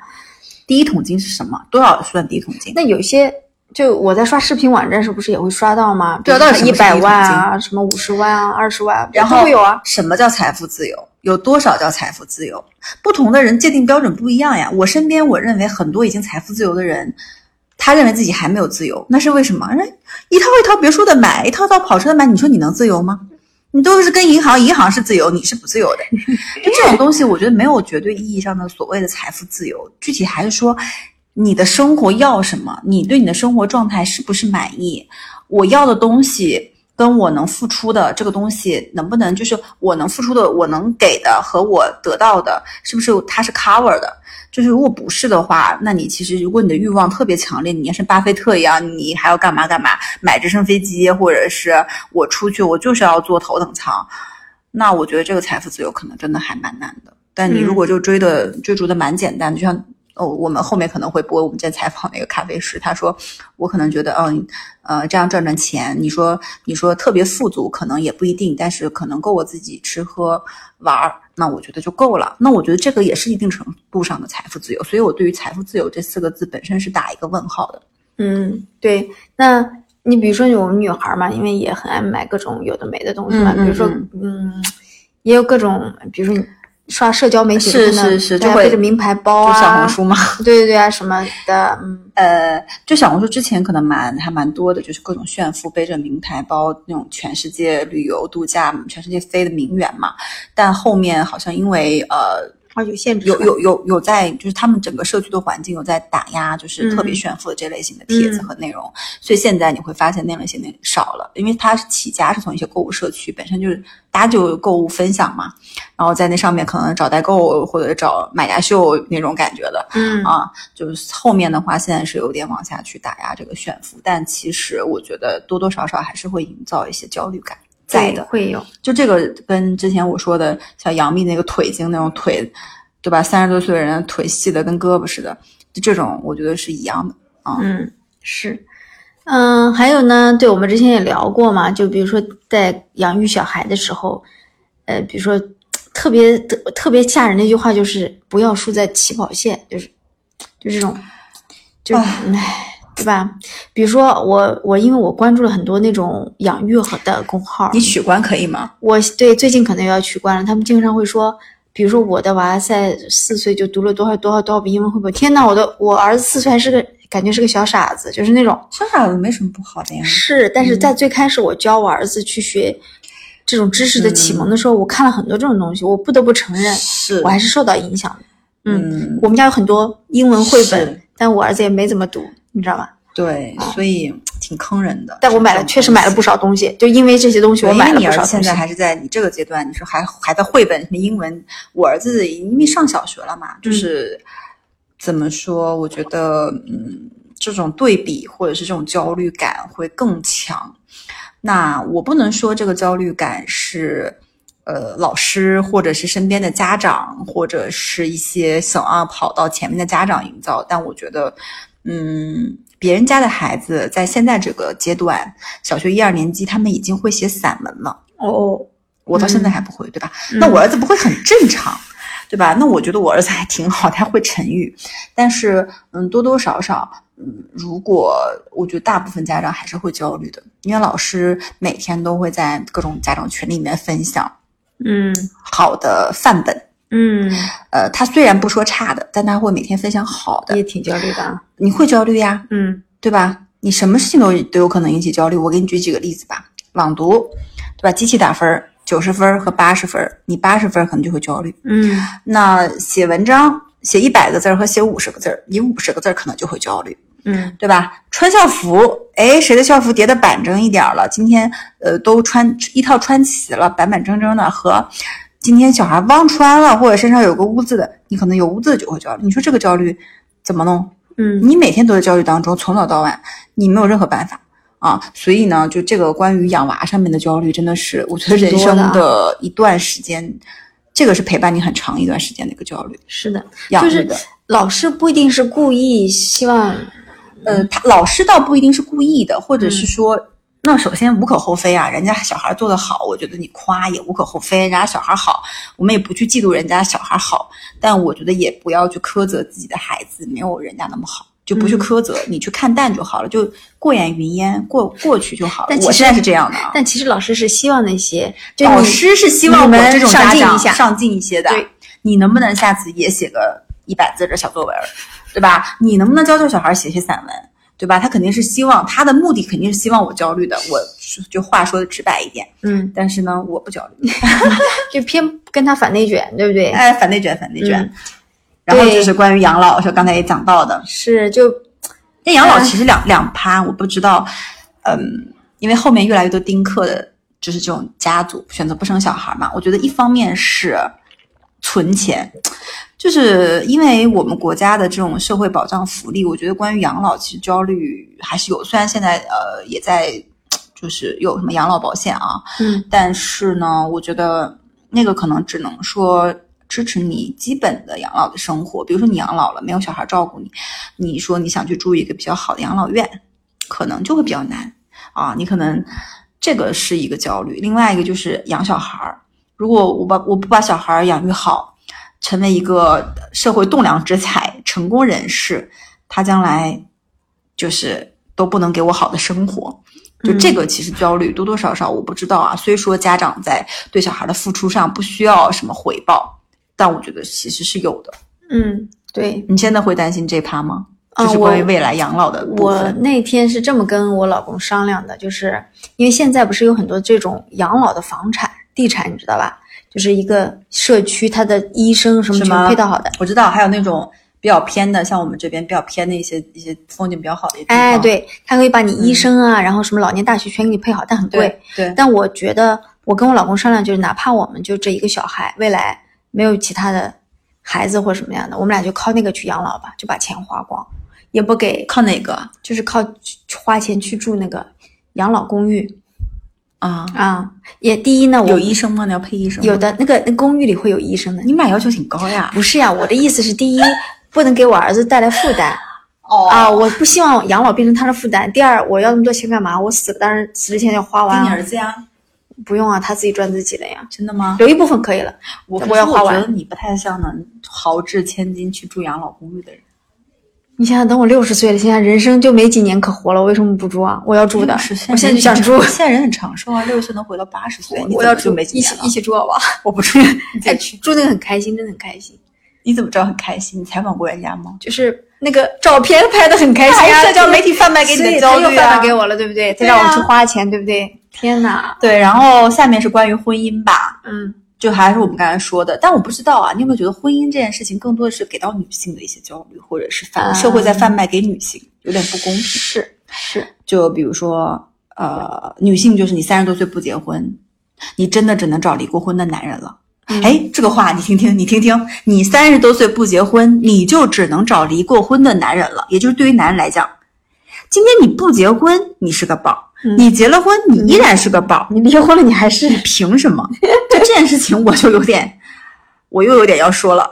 Speaker 2: 第一桶金是什么？多少算第一桶金？
Speaker 1: 那有些就我在刷视频网站的时候，不是也会刷到吗？
Speaker 2: 对啊到底什么
Speaker 1: 一
Speaker 2: 是第一
Speaker 1: 百
Speaker 2: 桶
Speaker 1: 万啊，什么五十万啊，二十万啊，
Speaker 2: 然
Speaker 1: 都
Speaker 2: 后
Speaker 1: 会有啊。。
Speaker 2: 什么叫财富自由？有多少叫财富自由？不同的人界定标准不一样呀。我身边我认为很多已经财富自由的人，他认为自己还没有自由，那是为什么？人家一套一套别墅的买，一套套跑车的买，你说你能自由吗？你都是跟银行，银行是自由，你是不自由的。 就这种东西，我觉得没有绝对意义上的所谓的财富自由，具体还是说你的生活要什么，你对你的生活状态是不是满意，我要的东西跟我能付出的这个东西能不能就是我能付出的，我能给的和我得到的，是不是它是 cover 的？就是如果不是的话，那你其实如果你的欲望特别强烈，你要是巴菲特一样，你还要干嘛干嘛，买直升飞机，或者是我出去我就是要坐头等舱，那我觉得这个财富自由可能真的还蛮难的。但你如果就追的、追逐的蛮简单的，就像哦，我们后面可能会播我们之前采访那个咖啡师，他说我可能觉得嗯呃这样赚赚钱，你说你说特别富足可能也不一定，但是可能够我自己吃喝玩儿，那我觉得就够了。那我觉得这个也是一定程度上的财富自由，所以我对于财富自由这四个字本身是打一个问号的。
Speaker 1: 嗯，对。那你比如说我们女孩嘛，因为也很爱买各种有的没的东西嘛，
Speaker 2: 嗯嗯
Speaker 1: 比如说
Speaker 2: 嗯
Speaker 1: 嗯，也有各种，比如说你刷社交媒体
Speaker 2: 是
Speaker 1: 看到
Speaker 2: 是是
Speaker 1: 大家
Speaker 2: 就会
Speaker 1: 背着名牌包
Speaker 2: 就
Speaker 1: 啊，
Speaker 2: 小红书嘛，
Speaker 1: 对对对啊什么的，嗯，
Speaker 2: 呃，就小红书之前可能蛮还蛮多的，就是各种炫富，背着名牌包那种全世界旅游度假、全世界飞的名媛嘛。但后面好像因为呃
Speaker 1: 啊有限制是
Speaker 2: 有
Speaker 1: 吧
Speaker 2: 有有有在，就是他们整个社区的环境有在打压，就是特别炫富的这类型的帖子和内容，所以现在你会发现那类型的少了，因为它是起家是从一些购物社区本身就是大家就有购物分享嘛，然后在那上面可能找代购或者找买家秀那种感觉的。
Speaker 1: 嗯
Speaker 2: 啊，就是后面的话，现在是有点往下去打压这个炫富，但其实我觉得多多少少还是会营造一些焦虑感在
Speaker 1: 对
Speaker 2: 的。
Speaker 1: 会有，
Speaker 2: 就这个跟之前我说的像杨幂那个腿精那种腿，对吧？三十多岁的人腿细的跟胳膊似的，就这种我觉得是一样的。
Speaker 1: 嗯，是，嗯，还有呢，对我们之前也聊过嘛，就比如说在养育小孩的时候，呃，比如说特别特特别吓人的一句话就是不要输在起跑线，就是就这种，就
Speaker 2: 唉
Speaker 1: 唉。对吧？比如说我我因为我关注了很多那种养育和的公号，
Speaker 2: 你取关可以吗？
Speaker 1: 我对最近可能要取关了，他们经常会说，比如说我的娃在四岁就读了多少多少多少本英文绘本，天呐，我的我儿子四岁还是个感觉是个小傻子，就是那种
Speaker 2: 小傻子没什么不好的呀。
Speaker 1: 是，但
Speaker 2: 嗯
Speaker 1: 是在最开始我教我儿子去学这种知识的启蒙的时候，我看了很多这种东西，我不得不承认，
Speaker 2: 嗯是
Speaker 1: 我还是受到影响的。嗯，
Speaker 2: 嗯，
Speaker 1: 我们家有很多英文绘本
Speaker 2: 是，
Speaker 1: 但我儿子也没怎么读，你知道吧？
Speaker 2: 对，所以挺坑人的。
Speaker 1: 嗯但我买了，
Speaker 2: 这种
Speaker 1: 确实买了
Speaker 2: 东西
Speaker 1: 不少东西，就因为这些东西
Speaker 2: 对
Speaker 1: 我
Speaker 2: 因为
Speaker 1: 买了
Speaker 2: 你
Speaker 1: 不
Speaker 2: 儿
Speaker 1: 少东
Speaker 2: 子现
Speaker 1: 西
Speaker 2: 在。还是在你这个阶段，你
Speaker 1: 嗯
Speaker 2: 说还还在绘本什么英文，我儿子因为上小学了嘛，就是怎么说？我觉得，嗯，这种对比或者是这种焦虑感会更强。那我不能说这个焦虑感是，呃，老师或者是身边的家长或者是一些想要跑到前面的家长营造，但我觉得，嗯，别人家的孩子在现在这个阶段，小学一二年级他们已经会写散文了，
Speaker 1: 哦，
Speaker 2: 我到现在还不会，对吧？
Speaker 1: 嗯
Speaker 2: 那我儿子不会很正常，对吧？那我觉得我儿子还挺好，他会成语，但是嗯，多多少少，嗯，如果我觉得大部分家长还是会焦虑的，因为老师每天都会在各种家长群里面分享
Speaker 1: 嗯
Speaker 2: 好的范本，
Speaker 1: 嗯，
Speaker 2: 呃，他虽然不说差的，但他会每天分享好
Speaker 1: 也
Speaker 2: 的，
Speaker 1: 挺焦虑的啊，
Speaker 2: 你会焦虑呀，
Speaker 1: 嗯
Speaker 2: 对吧？你什么事情都都有可能引起焦虑。我给你举几个例子吧，朗读，对吧？机器打分儿，九十分儿和八十分儿，你八十分儿可能就会焦虑。
Speaker 1: 嗯
Speaker 2: 那写文章，写一百个字儿和写五十个字儿，你五十个字儿可能就会焦虑，
Speaker 1: 嗯
Speaker 2: 对吧？穿校服，哎，谁的校服叠的板正一点儿了？今天呃都穿一套穿齐了，板板正正的，和今天小孩忘穿了，或者身上有个污渍的，你可能有污渍就会焦虑。你说这个焦虑怎么弄？
Speaker 1: 嗯
Speaker 2: 你每天都在焦虑当中，从早到晚，你没有任何办法啊。所以呢，就这个关于养娃上面的焦虑，真的是我觉得人生
Speaker 1: 挺多啊
Speaker 2: 的一段时间，这个是陪伴你很长一段时间的一个焦虑。
Speaker 1: 是的，
Speaker 2: 养
Speaker 1: 就
Speaker 2: 育
Speaker 1: 是
Speaker 2: 的，
Speaker 1: 老师不一定是故意希望，
Speaker 2: 呃，他老师倒不一定是故意的，或者
Speaker 1: 嗯
Speaker 2: 是说。那首先无可厚非啊，人家小孩做得好，我觉得你夸也无可厚非，人家小孩好，我们也不去嫉妒人家小孩好，但我觉得也不要去苛责自己的孩子没有人家那么好，就不去
Speaker 1: 嗯
Speaker 2: 苛责，你去看淡就好了，就过眼云烟，过过去就好了
Speaker 1: 但。其
Speaker 2: 我
Speaker 1: 实
Speaker 2: 现在是这样的啊，
Speaker 1: 但其实老师是希望那些就
Speaker 2: 老
Speaker 1: 你
Speaker 2: 师是希望我
Speaker 1: 你们
Speaker 2: 这种
Speaker 1: 上
Speaker 2: 家
Speaker 1: 进一
Speaker 2: 长
Speaker 1: 下
Speaker 2: 上进一些的。
Speaker 1: 对，
Speaker 2: 你能不能下次也写个一百字的小作文儿，对吧？你能不能教教小孩写写散文，对吧？他肯定是希望他的目的肯定是希望我焦虑的。我就话说的直白一点，
Speaker 1: 嗯，
Speaker 2: 但是呢，我不焦 虑。
Speaker 1: 就偏跟他反内卷，对不对？
Speaker 2: 哎，反内卷，反内卷。
Speaker 1: 嗯
Speaker 2: 然后
Speaker 1: 对
Speaker 2: 就是关于养老，是刚才也讲到的。
Speaker 1: 是就
Speaker 2: 但养老其实两、两趴，我不知道，嗯，因为后面越来越多丁克的，就是这种家族选择不生小孩嘛。我觉得一方面是存钱，就是因为我们国家的这种社会保障福利，我觉得关于养老其实焦虑还是有。虽然现在呃也在就是有什么养老保险啊，
Speaker 1: 嗯
Speaker 2: 但是呢，我觉得那个可能只能说支持你基本的养老的生活，比如说你养老了没有小孩照顾你，你说你想去住一个比较好的养老院，可能就会比较难啊，你可能这个是一个焦虑，另外一个就是养小孩儿，如果我把我不把小孩儿养育好，成为一个社会栋梁之才、成功人士，他将来就是都不能给我好的生活，就这个其实焦虑多多少少我不知道啊，虽说家长在对小孩的付出上不需要什么回报，但我觉得其实是有的。
Speaker 1: 嗯，对，
Speaker 2: 你现在会担心这趴吗？
Speaker 1: 嗯
Speaker 2: 就是
Speaker 1: 我
Speaker 2: 关于未来养老的部
Speaker 1: 我
Speaker 2: 分。
Speaker 1: 那天是这么跟我老公商量的，就是因为现在不是有很多这种养老的房产、地产，你知道吧？就是一个社区，它的医生什么
Speaker 2: 是
Speaker 1: 全
Speaker 2: 吗
Speaker 1: 配套好的。
Speaker 2: 我知道，还有那种比较偏的，像我们这边比较偏的一些一些风景比较好的一些地方。
Speaker 1: 哎，对，他会把你医生啊，然后什么老年大学全给你配好，但很贵。
Speaker 2: 对对，
Speaker 1: 但我觉得，我跟我老公商量，就是哪怕我们就这一个小孩，未来没有其他的孩子或者什么样的，我们俩就靠那个去养老吧，就把钱花光，也不给，
Speaker 2: 靠哪个
Speaker 1: 就是靠去花钱去住那个养老公寓
Speaker 2: 啊？
Speaker 1: 啊。也第一呢，我
Speaker 2: 有医生吗？你要配医生？
Speaker 1: 有，的那个那公寓里会有医生的。
Speaker 2: 你买要求挺高呀。
Speaker 1: 不是呀，我的意思是，第一，不能给我儿子带来负担
Speaker 2: 哦
Speaker 1: 啊，我不希望养老变成他的负担。第二，我要那么多钱干嘛？我死了，当然死之前要花
Speaker 2: 给
Speaker 1: 完
Speaker 2: 你
Speaker 1: 啊
Speaker 2: 儿，子呀？
Speaker 1: 不用啊，他自己赚自己的呀，
Speaker 2: 真的吗？
Speaker 1: 留一部分可以了。
Speaker 2: 我
Speaker 1: 我要花
Speaker 2: 我
Speaker 1: 完
Speaker 2: 觉得你不太像能豪掷千金去住养老公寓的人。
Speaker 1: 你想想，等我六十岁了，现在人生就没几年可活了，我为什么不住啊？我要住的，
Speaker 2: 是
Speaker 1: 我现在就想住。
Speaker 2: 现在人很长寿啊，六十能活到八十岁，
Speaker 1: 我
Speaker 2: 你怎么
Speaker 1: 要
Speaker 2: 就
Speaker 1: 住，
Speaker 2: 没几
Speaker 1: 一
Speaker 2: 年
Speaker 1: 起
Speaker 2: 了
Speaker 1: 一起住好不好？
Speaker 2: 我不住，你再
Speaker 1: 哎
Speaker 2: 去。
Speaker 1: 住那个很开心，真的很开心，
Speaker 2: 你怎么知道很开心？你采访过人家吗？
Speaker 1: 就是那个照片拍的很开心啊，
Speaker 2: 社交媒体贩卖给
Speaker 1: 给
Speaker 2: 你
Speaker 1: 你的
Speaker 2: 的焦
Speaker 1: 焦虑、
Speaker 2: 虑啊！
Speaker 1: 又贩卖给我了，对不对？他
Speaker 2: 对啊
Speaker 1: 让我去花钱，对不对？天哪，
Speaker 2: 对，然后下面是关于婚姻吧，
Speaker 1: 嗯，
Speaker 2: 就还是我们刚才说的，但我不知道啊，你有没有觉得婚姻这件事情更多的是给到女性的一些焦虑，或者是贩、
Speaker 1: 啊
Speaker 2: 社会在贩卖给女性，有点不公平。
Speaker 1: 是是，
Speaker 2: 就比如说，呃，女性就是你三十多岁不结婚，你真的只能找离过婚的男人了。
Speaker 1: 嗯
Speaker 2: 哎、这个话你听听，你听听，你三十多岁不结婚，你就只能找离过婚的男人了。也就是对于男人来讲，今天你不结婚，你是个宝；
Speaker 1: 嗯
Speaker 2: 你结了婚，你依然是个宝。
Speaker 1: 你离婚了，你还是
Speaker 2: 凭什么？就这件事情，我就有点，我又有点要说了，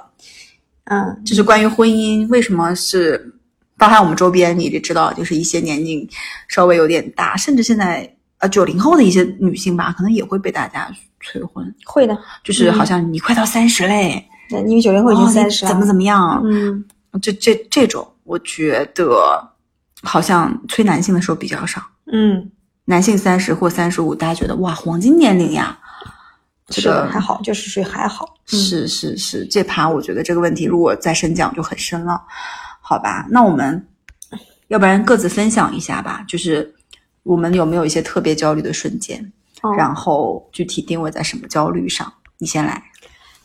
Speaker 1: 嗯
Speaker 2: 就是关于婚姻为什么是，包含我们周边，你也知道，就是一些年龄稍微有点大，甚至现在呃九零后的一些女性吧，可能也会被大家催婚，
Speaker 1: 会的。
Speaker 2: 就是
Speaker 1: 嗯
Speaker 2: 好像你快到三十嘞，
Speaker 1: 那因为九零后已
Speaker 2: 哦
Speaker 1: 经
Speaker 2: 你
Speaker 1: 三十了，
Speaker 2: 怎么怎么样，
Speaker 1: 嗯
Speaker 2: 这这这种，我觉得好像催男性的时候比较少。
Speaker 1: 嗯，
Speaker 2: 男性三十或三十五，大家觉得哇，黄金年龄呀，这
Speaker 1: 是的，
Speaker 2: 个
Speaker 1: 还好，就是属于还好。嗯，
Speaker 2: 是是是，这盘我觉得这个问题如果再深讲就很深了，好吧？那我们要不然各自分享一下吧，就是我们有没有一些特别焦虑的瞬间，
Speaker 1: 哦
Speaker 2: 然后具体定位在什么焦虑上？你先来，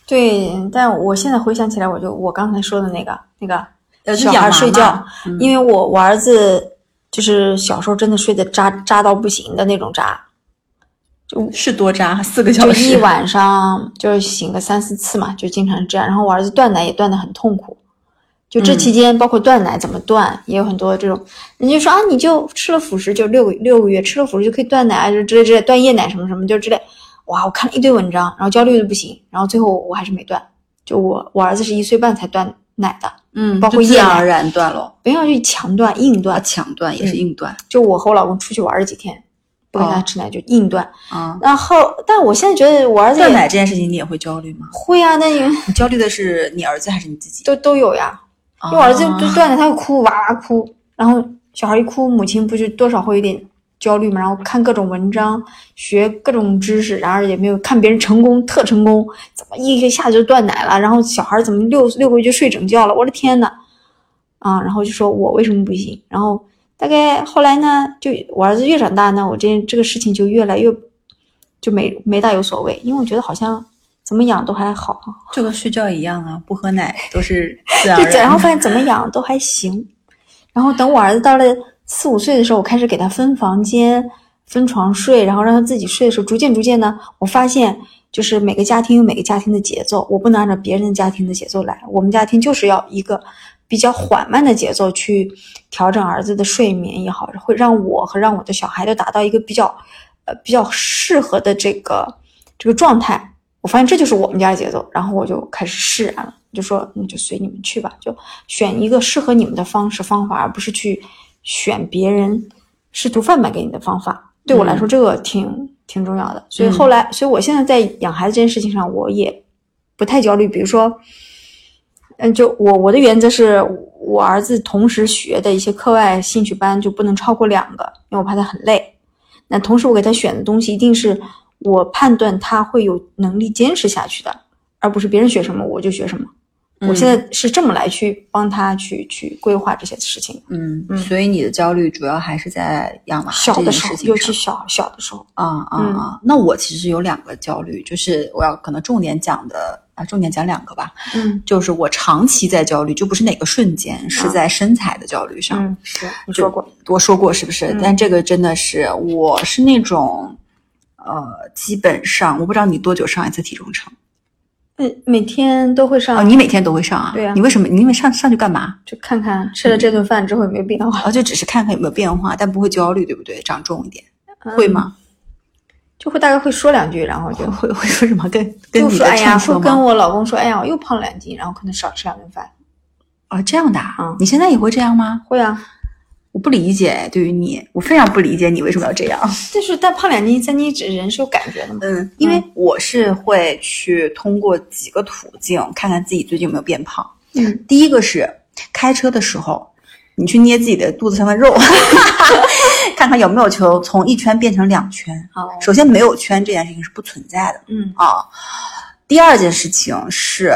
Speaker 1: 对，但我现在回想起来，我就我刚才说的那个那个
Speaker 2: 呃就
Speaker 1: 小
Speaker 2: 养
Speaker 1: 孩
Speaker 2: 娃
Speaker 1: 睡觉
Speaker 2: 嘛嗯，
Speaker 1: 因为我我儿子就是小时候真的睡得渣渣到不行的那种渣，
Speaker 2: 是多渣，四 个
Speaker 1: 就一晚上就是醒个三四次嘛，就经常是这样。然后我儿子断奶也断得很痛苦，就
Speaker 2: 嗯
Speaker 1: 这期间包括断奶怎么断，也有很多这种人家说啊，你就吃了辅食就六个六个月吃了辅食就可以断奶啊，就之类之类断夜奶什么什么就之类。哇，我看了一堆文章，然后焦虑的不行，然后最后我还是没断。就我我儿子是一岁半才断奶的，
Speaker 2: 嗯，
Speaker 1: 包括
Speaker 2: 就自
Speaker 1: 夜
Speaker 2: 然
Speaker 1: 奶
Speaker 2: 而然断了，
Speaker 1: 不要去强断硬
Speaker 2: 啊，
Speaker 1: 断。
Speaker 2: 抢断
Speaker 1: 嗯
Speaker 2: 也是硬断
Speaker 1: 就我和我老公出去玩了几天，不跟他
Speaker 2: 哦
Speaker 1: 吃奶就硬断。
Speaker 2: 啊。
Speaker 1: 然后，但我现在觉得我儿子
Speaker 2: 断奶
Speaker 1: 也
Speaker 2: 这件事情你也会焦虑吗？
Speaker 1: 会啊，那也
Speaker 2: 你焦虑的是你儿子还是你自己？啊
Speaker 1: 都都有呀。因为我儿
Speaker 2: 哦
Speaker 1: 子就断奶，他会哭，哇哇哭。然后小孩一哭，母亲不就多少会有点焦虑嘛？然后看各种文章，学各种知识，然而也没有看别人成功，特成功，怎么一个下就断奶了？然后小孩怎么六六个月就睡整觉了？我的天呐！啊，然后就说我为什么不行？然后大概后来呢，就我儿子越长大呢，我这这个事情就越来越就没没大有所谓，因为我觉得好像怎么养都还好，
Speaker 2: 就跟睡觉一样啊，不喝奶都是自然
Speaker 1: 就
Speaker 2: 而
Speaker 1: 怎然后
Speaker 2: 然。
Speaker 1: 发现怎么养都还行。然后等我儿子到了四五岁的时候，我开始给他分房间、分床睡，然后让他自己睡的时候，逐渐逐渐呢，我发现就是每个家庭有每个家庭的节奏，我不能按照别人的家庭的节奏来，我们家庭就是要一个比较缓慢的节奏去调整儿子的睡眠也好，会让我和让我的小孩都达到一个比较呃比较适合的这个这个状态。我发现这就是我们家的节奏，然后我就开始释然了，就说那就随你们去吧，就选一个适合你们的方式方法，而不是去选别人试图贩卖给你的方法。对我来说，这个挺挺重要的。所以后来，所以我现在在养孩子这件事情上，我也不太焦虑。比如说，嗯，就我我的原则是我儿子同时学的一些课外兴趣班就不能超过两个，因为我怕他很累。那同时我给他选的东西一定是我判断他会有能力坚持下去的，而不是别人学什么我就学什么。我现
Speaker 2: 嗯
Speaker 1: 在是这么来去帮他去去规划这些事情。
Speaker 2: 嗯，
Speaker 1: 嗯
Speaker 2: 所以你的焦虑主要还是在养娃
Speaker 1: 小
Speaker 2: 啊这
Speaker 1: 的
Speaker 2: 件
Speaker 1: 时候
Speaker 2: 事，情
Speaker 1: 尤其
Speaker 2: 上。
Speaker 1: 小小的时候，
Speaker 2: 啊啊
Speaker 1: 嗯
Speaker 2: 啊！那我其实有两个焦虑，就是我要可能重点讲的啊，重点讲两个吧。
Speaker 1: 嗯
Speaker 2: 就是我长期在焦虑，就不是哪个瞬间，是在身材的焦虑上。
Speaker 1: 嗯，是你说过，
Speaker 2: 我说过是不是？
Speaker 1: 嗯
Speaker 2: 但这个真的是，我是那种，呃，基本上我不知道你多久上一次体重秤
Speaker 1: 嗯，每天都会上，
Speaker 2: 哦，你每天都会上啊？
Speaker 1: 嗯对啊
Speaker 2: 你为什么？你因为上上去干嘛？
Speaker 1: 就看看吃了这顿饭之后有没有变化，
Speaker 2: 然后就只是看看有没有变化，但不会焦虑，对不对？长重一点会
Speaker 1: 嗯？
Speaker 2: 吗？
Speaker 1: 就会大概会说两句，然后就
Speaker 2: 会会说什么？跟 跟
Speaker 1: 就
Speaker 2: 你
Speaker 1: 说
Speaker 2: 的
Speaker 1: 哎呀，
Speaker 2: 秤
Speaker 1: 会
Speaker 2: 说
Speaker 1: 跟
Speaker 2: 吗？
Speaker 1: 我老公说，哎呀，我又胖两斤，然后可能少吃两顿饭。
Speaker 2: 哦，这样的啊
Speaker 1: 嗯
Speaker 2: 你现在也会这样吗？
Speaker 1: 会啊，
Speaker 2: 我不理解，对于你，我非常不理解你为什么要这 样。
Speaker 1: 但是但胖两斤、三斤，人是有感觉的嘛。
Speaker 2: 嗯，因为我是会去通过几个途径看看自己最近有没有变胖。
Speaker 1: 嗯，
Speaker 2: 第一个是开车的时候，你去捏自己的肚子上的肉， 看看有没有球从一圈变成两圈。
Speaker 1: 好，
Speaker 2: 首先，没有圈这件事情是不存在的。
Speaker 1: 嗯
Speaker 2: 啊。第二件事情是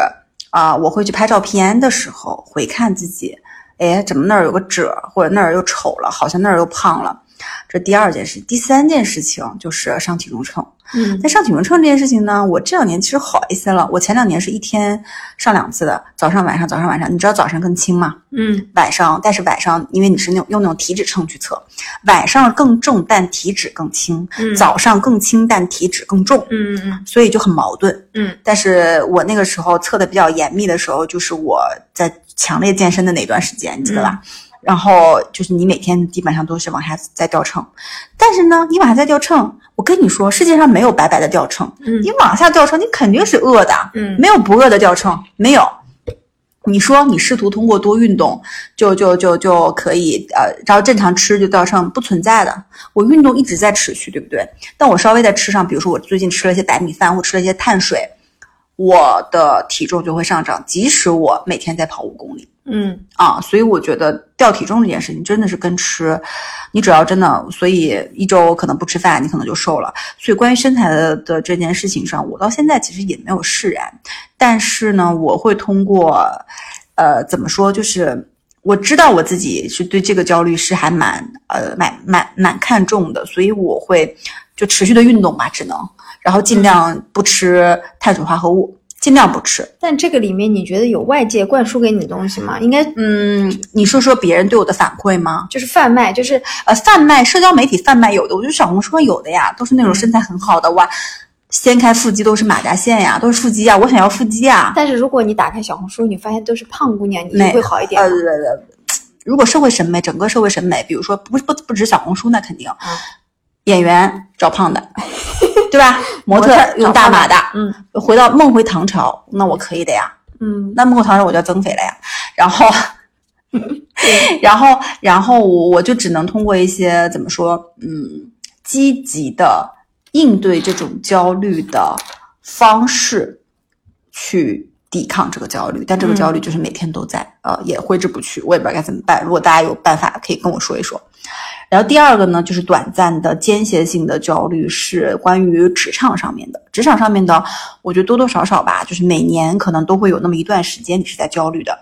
Speaker 2: 啊、我会去拍照片的时候回看自己，哎，怎么那儿有个褶儿，或者那儿又丑了，好像那儿又胖了。这第二件事，第三件事情就是上体重秤。
Speaker 1: 嗯
Speaker 2: 在上体能秤这件事情呢，我这两年其实好一些了。我前两年是一天上两次的，早上晚上，早上晚上。你知道早上更轻嘛？
Speaker 1: 嗯
Speaker 2: 晚上，但是晚上因为你是那种用那种体脂秤去测，晚上更重但体脂更轻，
Speaker 1: 嗯
Speaker 2: 早上更轻但体脂更重，
Speaker 1: 嗯嗯
Speaker 2: 所以就很矛盾。
Speaker 1: 嗯
Speaker 2: 但是我那个时候测的比较严密的时候，就是我在强烈健身的那段时间，你记得吧？然后就是你每天基本上都是往下在掉秤，但是呢，你往下在掉秤，我跟你说，世界上没有白白的掉秤，
Speaker 1: 嗯
Speaker 2: 你往下掉秤，你肯定是饿的，
Speaker 1: 嗯
Speaker 2: 没有不饿的掉秤，没有。你说你试图通过多运动就就就就可以呃，然后正常吃就掉秤，不存在的。我运动一直在持续，对不对？但我稍微在吃上，比如说我最近吃了一些白米饭或吃了一些碳水，我的体重就会上涨，即使我每天在跑五公里。
Speaker 1: 嗯
Speaker 2: 啊，所以我觉得掉体重这件事情真的是跟吃，你只要真的，所以一周可能不吃饭，你可能就瘦了。所以关于身材的的这件事情上，我到现在其实也没有释然，但是呢，我会通过，呃，怎么说，就是我知道我自己是对这个焦虑是还蛮呃蛮蛮蛮看重的，所以我会就持续的运动吧，只能，然后尽量不吃碳水化合物，尽量不吃。
Speaker 1: 但这个里面你觉得有外界灌输给你的东西吗？应该
Speaker 2: 嗯，你说说别人对我的反馈吗？
Speaker 1: 就是贩卖，就是
Speaker 2: 呃，贩卖社交媒体贩卖有的，我觉得小红书上有的呀，都是那
Speaker 1: 嗯
Speaker 2: 种身材很好的哇，掀开腹肌都是马甲线呀，都是腹肌呀，我想要腹肌呀。
Speaker 1: 但是如果你打开小红书，你发现都是胖姑娘，你
Speaker 2: 没
Speaker 1: 会好一点
Speaker 2: 呃
Speaker 1: 吗，
Speaker 2: 如果社会审美，整个社会审美，比如说不不不止小红书，那肯定，
Speaker 1: 嗯
Speaker 2: 演员找胖的， 对吧？模
Speaker 1: 模
Speaker 2: 特
Speaker 1: 特
Speaker 2: 用
Speaker 1: 找
Speaker 2: 大
Speaker 1: 胖
Speaker 2: 码的，
Speaker 1: 嗯
Speaker 2: 回到梦回唐朝，那我可以的呀。
Speaker 1: 嗯
Speaker 2: 那幕后唐人我就要增肥了呀。然后， 然后，然后我我就只能通过一些怎么说，嗯，积极的应对这种焦虑的方式去。抵抗这个焦虑，但这个
Speaker 1: 嗯
Speaker 2: 焦虑就是每天都在，呃，也挥之不去，我也不知道该怎么办。如果大家有办法，可以跟我说一说。然后第二个呢，就是短暂的间歇性的焦虑，是关于职场上面的。职场上面的，我觉得多多少少吧，就是每年可能都会有那么一段时间你是在焦虑的。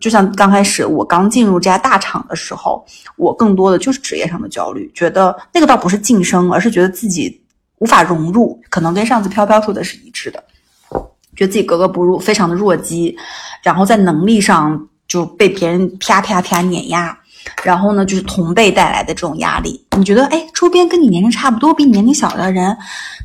Speaker 2: 就像刚开始我刚进入这家大厂的时候，我更多的就是职业上的焦虑，觉得那个倒不是晋升，而是觉得自己无法融入，可能跟上次飘飘说的是一致的，觉得自己格格不入，非常的弱鸡，然后在能力上就被别人啪啪啪碾压。然后呢，就是同辈带来的这种压力。你觉得，哎，周边跟你年龄差不多、比你年龄小的人，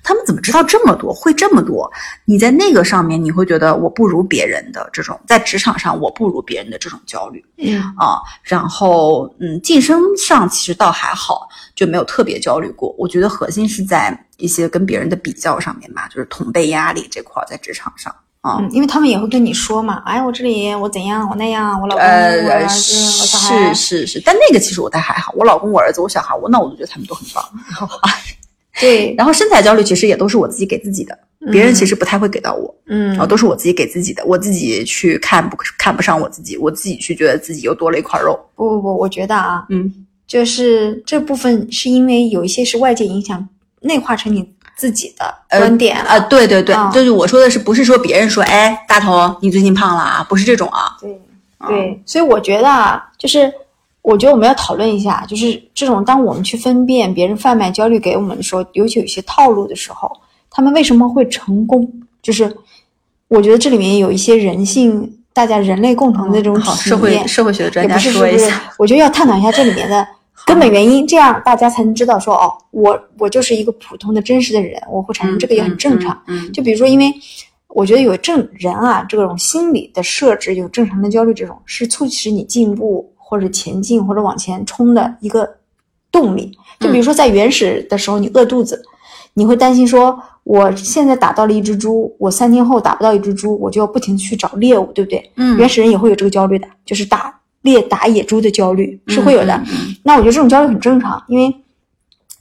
Speaker 2: 他们怎么知道这么多，会这么多？你在那个上面，你会觉得我不如别人的这种，在职场上我不如别人的这种焦虑
Speaker 1: 嗯
Speaker 2: 啊。然后，嗯，晋升上其实倒还好，就没有特别焦虑过。我觉得核心是在一些跟别人的比较上面吧，就是同辈压力这块儿在职场上啊。
Speaker 1: 嗯，因为他们也会跟你说嘛，哎，我这里我怎样，我那样，我老公，我儿
Speaker 2: 呃，
Speaker 1: 子，我小孩
Speaker 2: 是，是是，但那个其实我倒还好，我老公、我儿子、我小孩，我那我就觉得他们都很棒。
Speaker 1: 对，
Speaker 2: 然后身材焦虑其实也都是我自己给自己的，别人其实不太会给到我，
Speaker 1: 嗯
Speaker 2: 然后都是我自己给自己的，我自己去看不看不上我自己，我自己去觉得自己又多了一块肉。
Speaker 1: 不不不，我觉得啊，
Speaker 2: 嗯，
Speaker 1: 就是这部分是因为有一些是外界影响内化成你自己的观点
Speaker 2: 啊，对对对，
Speaker 1: 嗯
Speaker 2: 就是我说的是，不是说别人说，哎，大头你最近胖了啊，不是这种啊。
Speaker 1: 对对，所以我觉得啊，就是我觉得我们要讨论一下，就是这种当我们去分辨别人贩卖焦虑给我们的时候，尤其有一些套路的时候，他们为什么会成功？就是我觉得这里面有一些人性，大家人类共同的这嗯种体
Speaker 2: 嗯好，
Speaker 1: 验，
Speaker 2: 社会社会学的专
Speaker 1: 也
Speaker 2: 家
Speaker 1: 不是
Speaker 2: 说一
Speaker 1: 是
Speaker 2: 下，
Speaker 1: 我觉得要探讨一下这里面的根本原因，这样大家才能知道说哦，我我就是一个普通的真实的人，我会产生这个也很正常。
Speaker 2: 嗯，嗯，
Speaker 1: 就比如说，因为我觉得有正人啊，这种心理的设置有正常的焦虑，这种是促使你进步或者前进或者往前冲的一个动力。就
Speaker 2: 嗯
Speaker 1: 比如说在原始的时候，你饿肚子，你会担心说，我现在打到了一只猪，我三天后打不到一只猪，我就要不停的去找猎物，对不对？
Speaker 2: 嗯
Speaker 1: 原始人也会有这个焦虑的，就是打猎打野猪的焦虑是会有的。
Speaker 2: 嗯嗯
Speaker 1: 那我觉得这种焦虑很正常，因为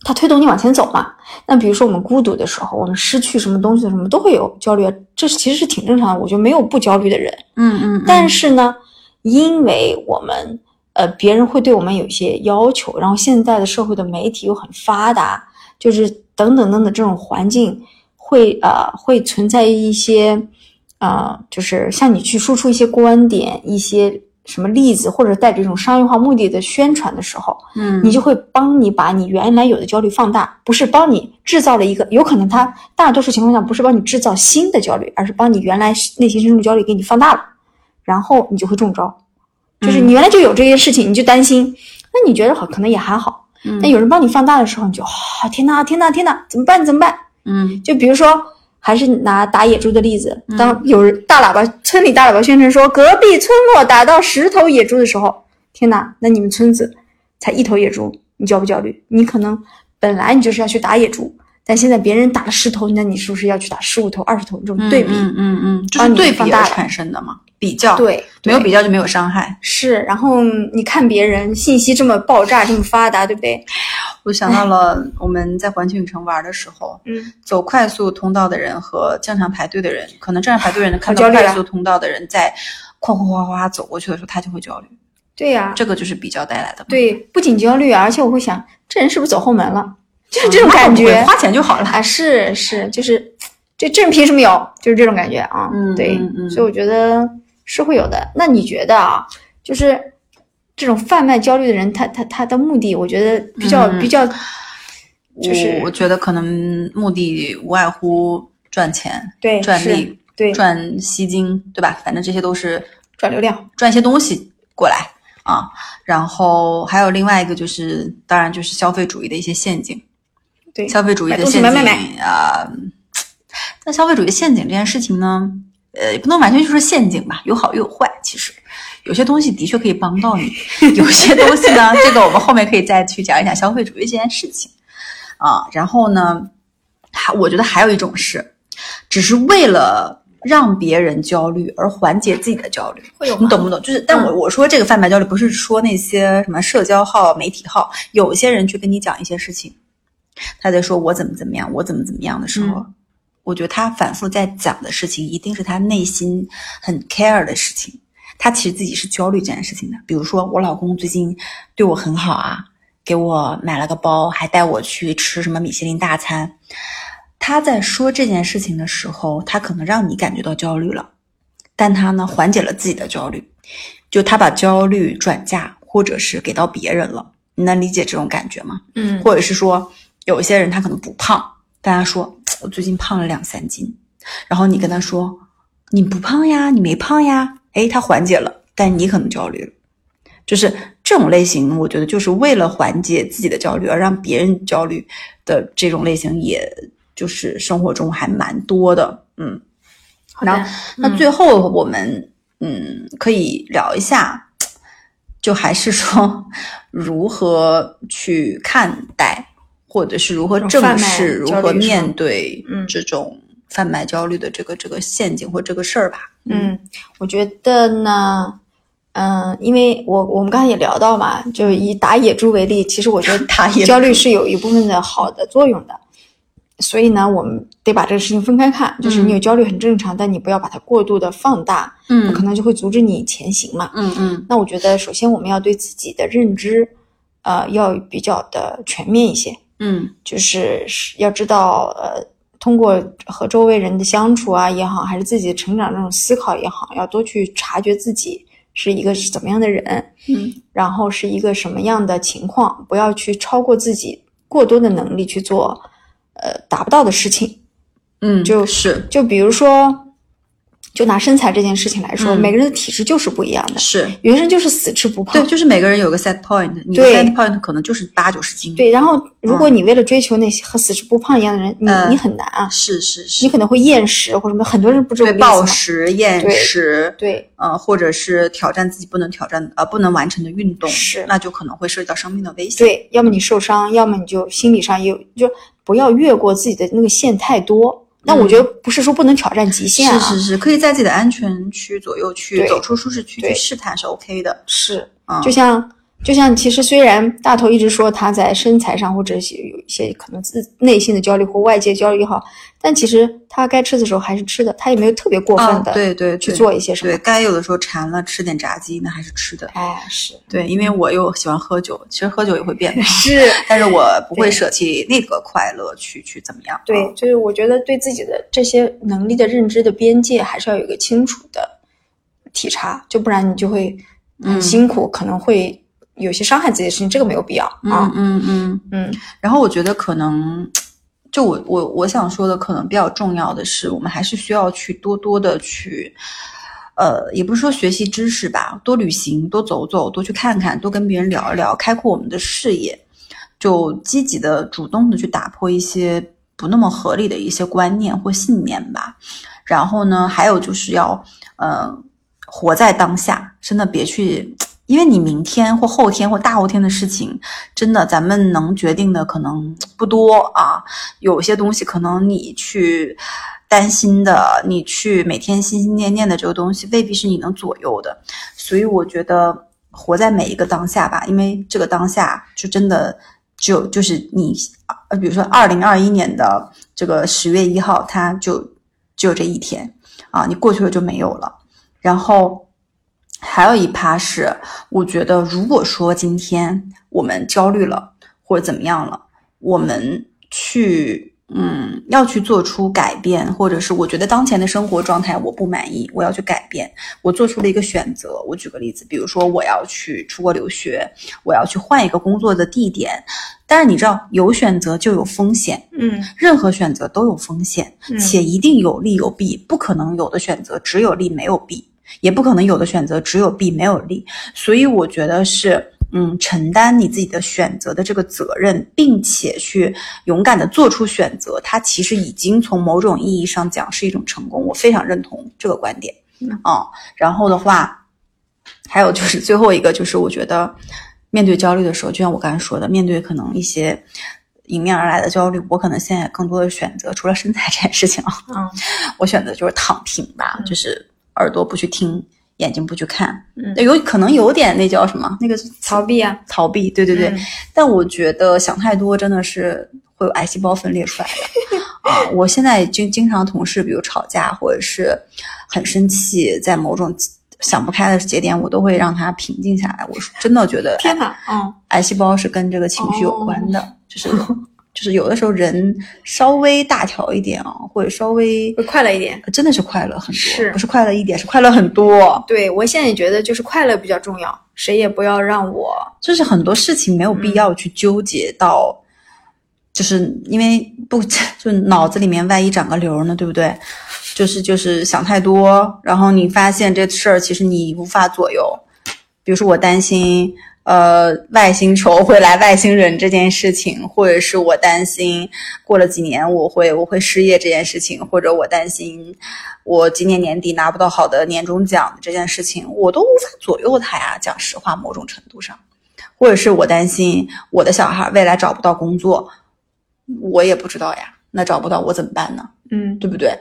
Speaker 1: 它推动你往前走嘛。那比如说我们孤独的时候，我们失去什么东西的时候，我们都会有焦虑，啊这其实是挺正常的。我觉得没有不焦虑的人，
Speaker 2: 嗯嗯嗯，
Speaker 1: 但是呢，因为我们呃别人会对我们有一些要求，然后现在的社会的媒体又很发达，就是等等等等这种环境会呃会存在一些呃就是向你去输出一些观点，一些什么例子，或者带着一种商业化目的的宣传的时候，
Speaker 2: 嗯
Speaker 1: 你就会帮你把你原来有的焦虑放大，不是帮你制造了一个，有可能它大多数情况下不是帮你制造新的焦虑，而是帮你原来内心深处焦虑给你放大了，然后你就会中招。就是
Speaker 2: 嗯
Speaker 1: 你原来就有这些事情，你就担心，那你觉得好，可能也还好。
Speaker 2: 嗯
Speaker 1: 那有人帮你放大的时候，你就啊、天呐天呐天呐，怎么办怎么办？
Speaker 2: 嗯
Speaker 1: 就比如说，还是拿打野猪的例子，当有人大喇叭村里大喇叭宣传说隔壁村落打到十头野猪的时候，天哪，那你们村子才一头野猪，你焦不焦虑？你可能本来你就是要去打野猪，但现在别人打了十头，那你是不是要去打十五头、二十头？这种对比，
Speaker 2: 嗯嗯嗯，就
Speaker 1: 帮
Speaker 2: 是
Speaker 1: 你
Speaker 2: 对比
Speaker 1: 放大
Speaker 2: 而
Speaker 1: 了
Speaker 2: 产生的嘛，比较，
Speaker 1: 对，
Speaker 2: 没有比较就没有伤害。
Speaker 1: 是。然后你看别人信息这么爆炸，这么发达，对不对？
Speaker 2: 我想到了我们在环球影城玩的时候，
Speaker 1: 嗯，
Speaker 2: 走快速通道的人和正常排队的人，可能正常排队的人看
Speaker 1: 焦
Speaker 2: 到
Speaker 1: 虑啊
Speaker 2: 快速通道的人在哗哗哗哗走过去的时候，他就会焦虑，
Speaker 1: 对呀、
Speaker 2: 这个就是比较带来的嘛。
Speaker 1: 对，不仅焦虑，啊而且我会想，这人是不是走后门了？就是这种
Speaker 2: 嗯啊那
Speaker 1: 感
Speaker 2: 我不会
Speaker 1: 觉。
Speaker 2: 花钱就好了。
Speaker 1: 啊，是是，就是这这凭什么有？就是这种感觉啊。
Speaker 2: 嗯
Speaker 1: 对，
Speaker 2: 嗯嗯
Speaker 1: 所以我觉得是会有的。那你觉得啊，就是这种贩卖焦虑的人，他他他的目的，我觉得比较、
Speaker 2: 嗯
Speaker 1: 比较，就是
Speaker 2: 我我觉得可能目的无外乎赚钱、
Speaker 1: 对
Speaker 2: 赚
Speaker 1: 是
Speaker 2: 利、
Speaker 1: 对
Speaker 2: 赚吸金，对吧？反正这些都是
Speaker 1: 转流量，
Speaker 2: 赚一些东西过来啊。然后还有另外一个就是，当然就是消费主义的一些陷阱，
Speaker 1: 对，
Speaker 2: 消费主义的
Speaker 1: 买东西
Speaker 2: 陷阱
Speaker 1: 买买
Speaker 2: 啊。但消费主义陷阱这件事情呢，呃，也不能完全就说陷阱吧，有好也有坏。其实有些东西的确可以帮到你，有些东西呢，这个我们后面可以再去讲一讲消费主义这件事情啊。然后呢，还我觉得还有一种是，只是为了让别人焦虑而缓解自己的焦虑。
Speaker 1: 会有
Speaker 2: 你
Speaker 1: 吗？嗯
Speaker 2: 懂不懂？就是，但我我说这个贩卖焦虑，不是说那些什么社交号、媒体号，有些人去跟你讲一些事情，他在说我怎么怎么样，我怎么怎么样的时候，我觉得他反复在讲的事情，一定是他内心很 care 的事情。他其实自己是焦虑这件事情的。比如说，我老公最近对我很好啊，给我买了个包，还带我去吃什么米其林大餐。他在说这件事情的时候，他可能让你感觉到焦虑了，但他呢缓解了自己的焦虑，就他把焦虑转嫁或者是给到别人了。你能理解这种感觉吗？
Speaker 1: 嗯，
Speaker 2: 或者是说有一些人他可能不胖，但他说嘖我最近胖了两三斤，然后你跟他说你不胖呀，你没胖呀，诶，他缓解了，但你可能焦虑了。就是这种类型，我觉得就是为了缓解自己的焦虑而让别人焦虑的这种类型，也就是生活中还蛮多的，嗯。
Speaker 1: 好的
Speaker 2: 然后
Speaker 1: 嗯
Speaker 2: 那最后我们嗯可以聊一下，就还是说如何去看待，或者是如何正视、
Speaker 1: 这
Speaker 2: 如
Speaker 1: 种贩卖焦虑
Speaker 2: 何
Speaker 1: 是
Speaker 2: 面
Speaker 1: 吗
Speaker 2: 对
Speaker 1: 嗯
Speaker 2: 这种贩卖焦虑的这个这个陷阱或这个事儿吧。
Speaker 1: 嗯，我觉得呢，嗯，因为我我们刚才也聊到嘛，就是以打野猪为例，其实我觉得
Speaker 2: 打野
Speaker 1: 嗯焦
Speaker 2: 猪
Speaker 1: 虑是有一部分的好的作用的，所以呢，我们得把这个事情分开看，就是你有焦虑很正常，但你不要把它过度的放大，
Speaker 2: 嗯
Speaker 1: 可能就会阻止你前行嘛。
Speaker 2: 嗯嗯
Speaker 1: 那我觉得，首先我们要对自己的认知，呃，要比较的全面一些，
Speaker 2: 嗯
Speaker 1: 就是是要知道，呃，通过和周围人的相处啊也好，还是自己的成长这种思考也好，要多去察觉自己是一个是怎么样的人，
Speaker 2: 嗯
Speaker 1: 然后是一个什么样的情况，不要去超过自己过多的能力去做，呃，达不到的事情。
Speaker 2: 嗯，
Speaker 1: 就是就比如说，就拿身材这件事情来说，
Speaker 2: 嗯
Speaker 1: 每个人的体质就是不一样的，
Speaker 2: 是。
Speaker 1: 有些人就是死吃不胖
Speaker 2: 对，，就是每个人有个 set point，你的
Speaker 1: 对
Speaker 2: set point 可能就是八九十斤。
Speaker 1: 对，然后如果你为了追求那些和死吃不胖一样的人，你、
Speaker 2: 嗯
Speaker 1: 你很难啊，
Speaker 2: 是是
Speaker 1: 你
Speaker 2: 是，
Speaker 1: 可能会厌食或什么，很多人不知道
Speaker 2: 对暴食、厌
Speaker 1: 对
Speaker 2: 食，
Speaker 1: 对，
Speaker 2: 呃，或者是挑战自己不能挑战呃不能完成的运动，
Speaker 1: 是
Speaker 2: 那就可能会涉及到生命的危险。
Speaker 1: 对，要么你受伤，要么你就心理上也有，就不要越过自己的那个线太多。但我觉得不是说不能挑战极限啊，
Speaker 2: 嗯是是是，可以在自己的安全区左右去
Speaker 1: 对
Speaker 2: 走出舒适区去
Speaker 1: 对
Speaker 2: 试探是 OK 的。
Speaker 1: 是
Speaker 2: 嗯
Speaker 1: 就像就像其实虽然大头一直说他在身材上或者是有一些可能自内心的焦虑或外界焦虑也好，但其实他该吃的时候还是吃的，他也没有特别过
Speaker 2: 啊
Speaker 1: 分，的
Speaker 2: 对对，
Speaker 1: 去
Speaker 2: 对
Speaker 1: 做一些什么
Speaker 2: 对。该有的时候馋了吃点炸鸡，那还是吃的。
Speaker 1: 哎，是，
Speaker 2: 对，因为我又喜欢喝酒，其实喝酒也会变 胖
Speaker 1: 是，
Speaker 2: 但是我不会
Speaker 1: 对
Speaker 2: 舍弃那个快乐去去怎么样。啊
Speaker 1: 对，就是我觉得对自己的这些能力的认知的边界还是要有一个清楚的体察，就不然你就会
Speaker 2: 嗯
Speaker 1: 很辛苦，可能会有些伤害自己的事情，这个没有必要啊。
Speaker 2: 嗯嗯。
Speaker 1: 嗯
Speaker 2: 然后我觉得可能，就我我我想说的，可能比较重要的是，我们还是需要去多多的去，呃，也不是说学习知识吧，多旅行，多走走，多去看看，多跟别人聊一聊，开阔我们的视野，就积极的、主动的去打破一些不那么合理的一些观念或信念吧。然后呢，还有就是要，呃，活在当下，真的别去，因为你明天或后天或大后天的事情，真的咱们能决定的可能不多啊。有些东西可能你去担心的，你去每天心心念念的这个东西，未必是你能左右的。所以我觉得活在每一个当下吧，因为这个当下就真的只有就是你，呃，比如说二零二一年的这个十月一号，它就只有这一天啊，你过去了就没有了。然后还有一趴是，我觉得如果说今天我们焦虑了或者怎么样了，我们去嗯要去做出改变，或者是我觉得当前的生活状态我不满意，我要去改变，我做出了一个选择。我举个例子，比如说我要去出国留学，我要去换一个工作的地点。但是你知道，有选择就有风险，
Speaker 1: 嗯
Speaker 2: 任何选择都有风险。
Speaker 1: 嗯
Speaker 2: 且一定有利有弊，不可能有的选择只有利没有弊，也不可能有的选择只有弊没有利。所以我觉得是，嗯，承担你自己的选择的这个责任，并且去勇敢的做出选择，它其实已经从某种意义上讲是一种成功。我非常认同这个观点
Speaker 1: 嗯
Speaker 2: 啊、然后的话，还有就是最后一个，就是我觉得面对焦虑的时候，就像我刚才说的，面对可能一些迎面而来的焦虑，我可能现在更多的选择，除了身材这件事情啊，
Speaker 1: 嗯
Speaker 2: 我选择就是躺平吧，
Speaker 1: 嗯
Speaker 2: 就是耳朵不去听，眼睛不去看，
Speaker 1: 嗯
Speaker 2: 有可能有点那叫什么，那个
Speaker 1: 逃避啊，
Speaker 2: 逃避，对对对。
Speaker 1: 嗯
Speaker 2: 但我觉得想太多真的是会有癌细胞分裂出来的 啊！我现在经经常同事，比如吵架或者是很生气，在某种想不开的节点，我都会让他平静下来。我是真的觉得，
Speaker 1: 天哪，哦嗯
Speaker 2: 癌细胞是跟这个情绪有关的，就是就是有的时候人稍微大条一点啊，或者稍微
Speaker 1: 会快乐一点。
Speaker 2: 真的是快乐很多，
Speaker 1: 是
Speaker 2: 不是快乐一点，是快乐很多。
Speaker 1: 对我现在也觉得就是快乐比较重要，谁也不要让我
Speaker 2: 就是很多事情没有必要去纠结到，就是因为不 就脑子里面万一长个瘤呢，对不对？就是就是想太多，然后你发现这事儿其实你无法左右。比如说我担心呃外星球会来外星人这件事情，或者是我担心过了几年我会我会失业这件事情，或者我担心我今年年底拿不到好的年终奖这件事情，我都无法左右它呀。讲实话，某种程度上，或者是我担心我的小孩未来找不到工作，我也不知道呀。那找不到我怎么办呢？
Speaker 1: 嗯，
Speaker 2: 对不对？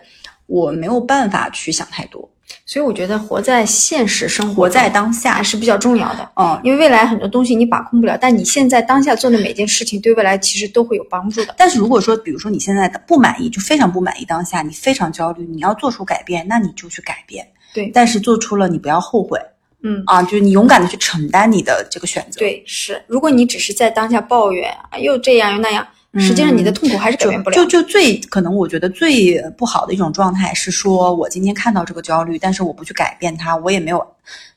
Speaker 2: 我没有办法去想太多，
Speaker 1: 所以我觉得活在现实生活中，
Speaker 2: 活在当
Speaker 1: 还
Speaker 2: 下。
Speaker 1: 是比较重要的。
Speaker 2: 嗯，
Speaker 1: 因为未来很多东西你把控不了，但你现在当下做的每件事情，对未来其实都会有帮助的。
Speaker 2: 但是如果说，比如说你现在的不满意，就非常不满意当下，你非常焦虑，你要做出改变，那你就去改变。
Speaker 1: 对
Speaker 2: 但是做出了你不要后悔
Speaker 1: 嗯，
Speaker 2: 啊，就是你勇敢的去承担你的这个选择。，
Speaker 1: 对，是。如果你只是在当下抱怨，啊又这样又那样，实际上你的痛苦还是改
Speaker 2: 嗯就
Speaker 1: 变不了。
Speaker 2: 就就最可能，我觉得最不好的一种状态是说，我今天看到这个焦虑，但是我不去改变它，我也没有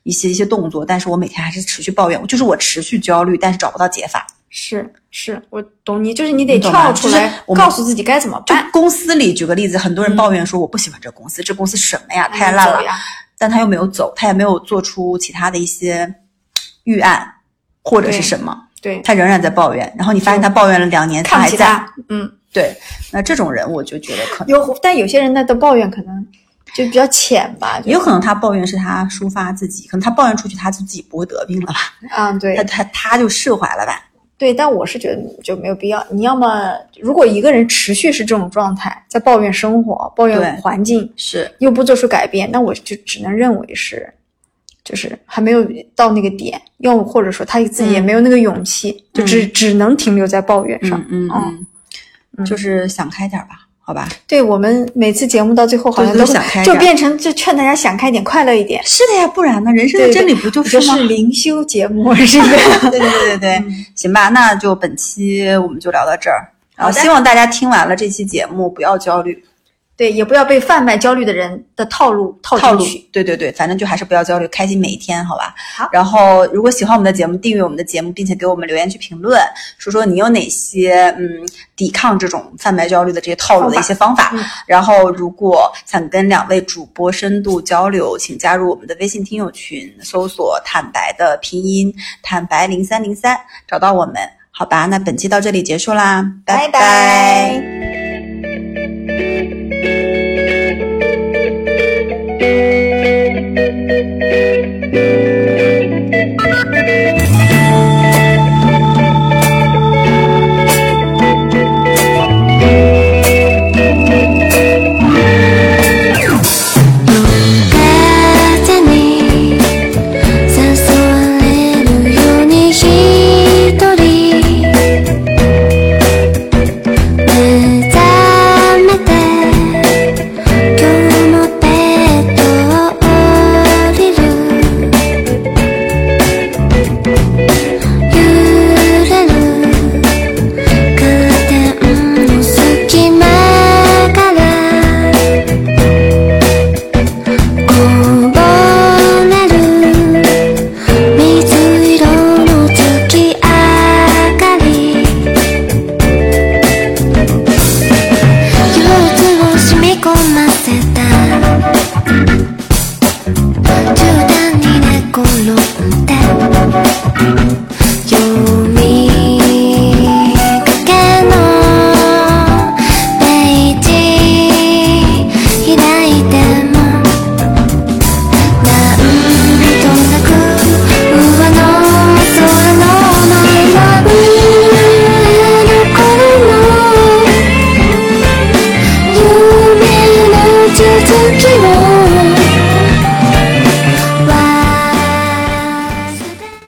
Speaker 2: 一些一些动作，但是我每天还是持续抱怨，就是我持续焦虑，但是找不到解法。
Speaker 1: 是是，我懂你，就是你得
Speaker 2: 你懂吗
Speaker 1: 跳出
Speaker 2: 就是
Speaker 1: 来，
Speaker 2: 我们
Speaker 1: 告诉自己该怎么
Speaker 2: 就
Speaker 1: 办。
Speaker 2: 公司里，举个例子，很多人抱怨说我不喜欢这公司，这公司什么呀，太烂
Speaker 1: 嗯
Speaker 2: 了
Speaker 1: 走。呀
Speaker 2: 但他又没有走，他也没有做出其他的一些预案或者是
Speaker 1: 对
Speaker 2: 什么，
Speaker 1: 对，
Speaker 2: 他仍然在抱怨。然后你发现
Speaker 1: 就
Speaker 2: 他抱怨了两年，他
Speaker 1: 看不
Speaker 2: 还
Speaker 1: 起
Speaker 2: 在。
Speaker 1: 他。嗯，
Speaker 2: 对，那这种人我就觉得可能
Speaker 1: 有，但有些人他的抱怨可能就比较浅吧。就
Speaker 2: 也有可能他抱怨是他抒发自己，可能他抱怨出去他就自己不会得病了吧，
Speaker 1: 嗯，对
Speaker 2: 他他他就释怀了吧。
Speaker 1: 对，但我是觉得就没有必要。你要么如果一个人持续是这种状态，在抱怨生活、抱
Speaker 2: 对
Speaker 1: 怨环境，
Speaker 2: 是，
Speaker 1: 又不做出改变，那我就只能认为是，就是还没有到那个点，又或者说他自己也没有那个勇气，就只只能停留在抱怨上。
Speaker 2: 嗯嗯嗯
Speaker 1: 嗯
Speaker 2: 嗯，就是想开点吧，好吧。
Speaker 1: 对我们每次节目到最后好像
Speaker 2: 都
Speaker 1: 都
Speaker 2: 都想开
Speaker 1: 就
Speaker 2: 点
Speaker 1: 变成就劝大家想开一点，快乐一点。
Speaker 2: 是的呀，不然呢？人生的
Speaker 1: 对对
Speaker 2: 真理不就
Speaker 1: 这
Speaker 2: 是吗？
Speaker 1: 是灵修节目， 是不是？
Speaker 2: 对对对对对，行吧，那就本期我们就聊到这儿。然后
Speaker 1: 好的
Speaker 2: 希望大家听完了这期节目不要焦虑，
Speaker 1: 对，也不要被贩卖焦虑的人的套路套
Speaker 2: 套
Speaker 1: 进
Speaker 2: 路
Speaker 1: 去。，
Speaker 2: 对对对，反正就还是不要焦虑，开心每一天，好吧？
Speaker 1: 好
Speaker 2: 然后，如果喜欢我们的节目，订阅我们的节目，并且给我们留言去评论，说说你有哪些嗯抵抗这种贩卖焦虑的这些套路的一些方法。
Speaker 1: 嗯
Speaker 2: 然后，如果想跟两位主播深度交流，请加入我们的微信听友群，搜索“坦白”的拼音“坦白零三零三”，找到我们，好吧？那本期到这里结束啦，
Speaker 1: 拜
Speaker 2: 拜
Speaker 1: 拜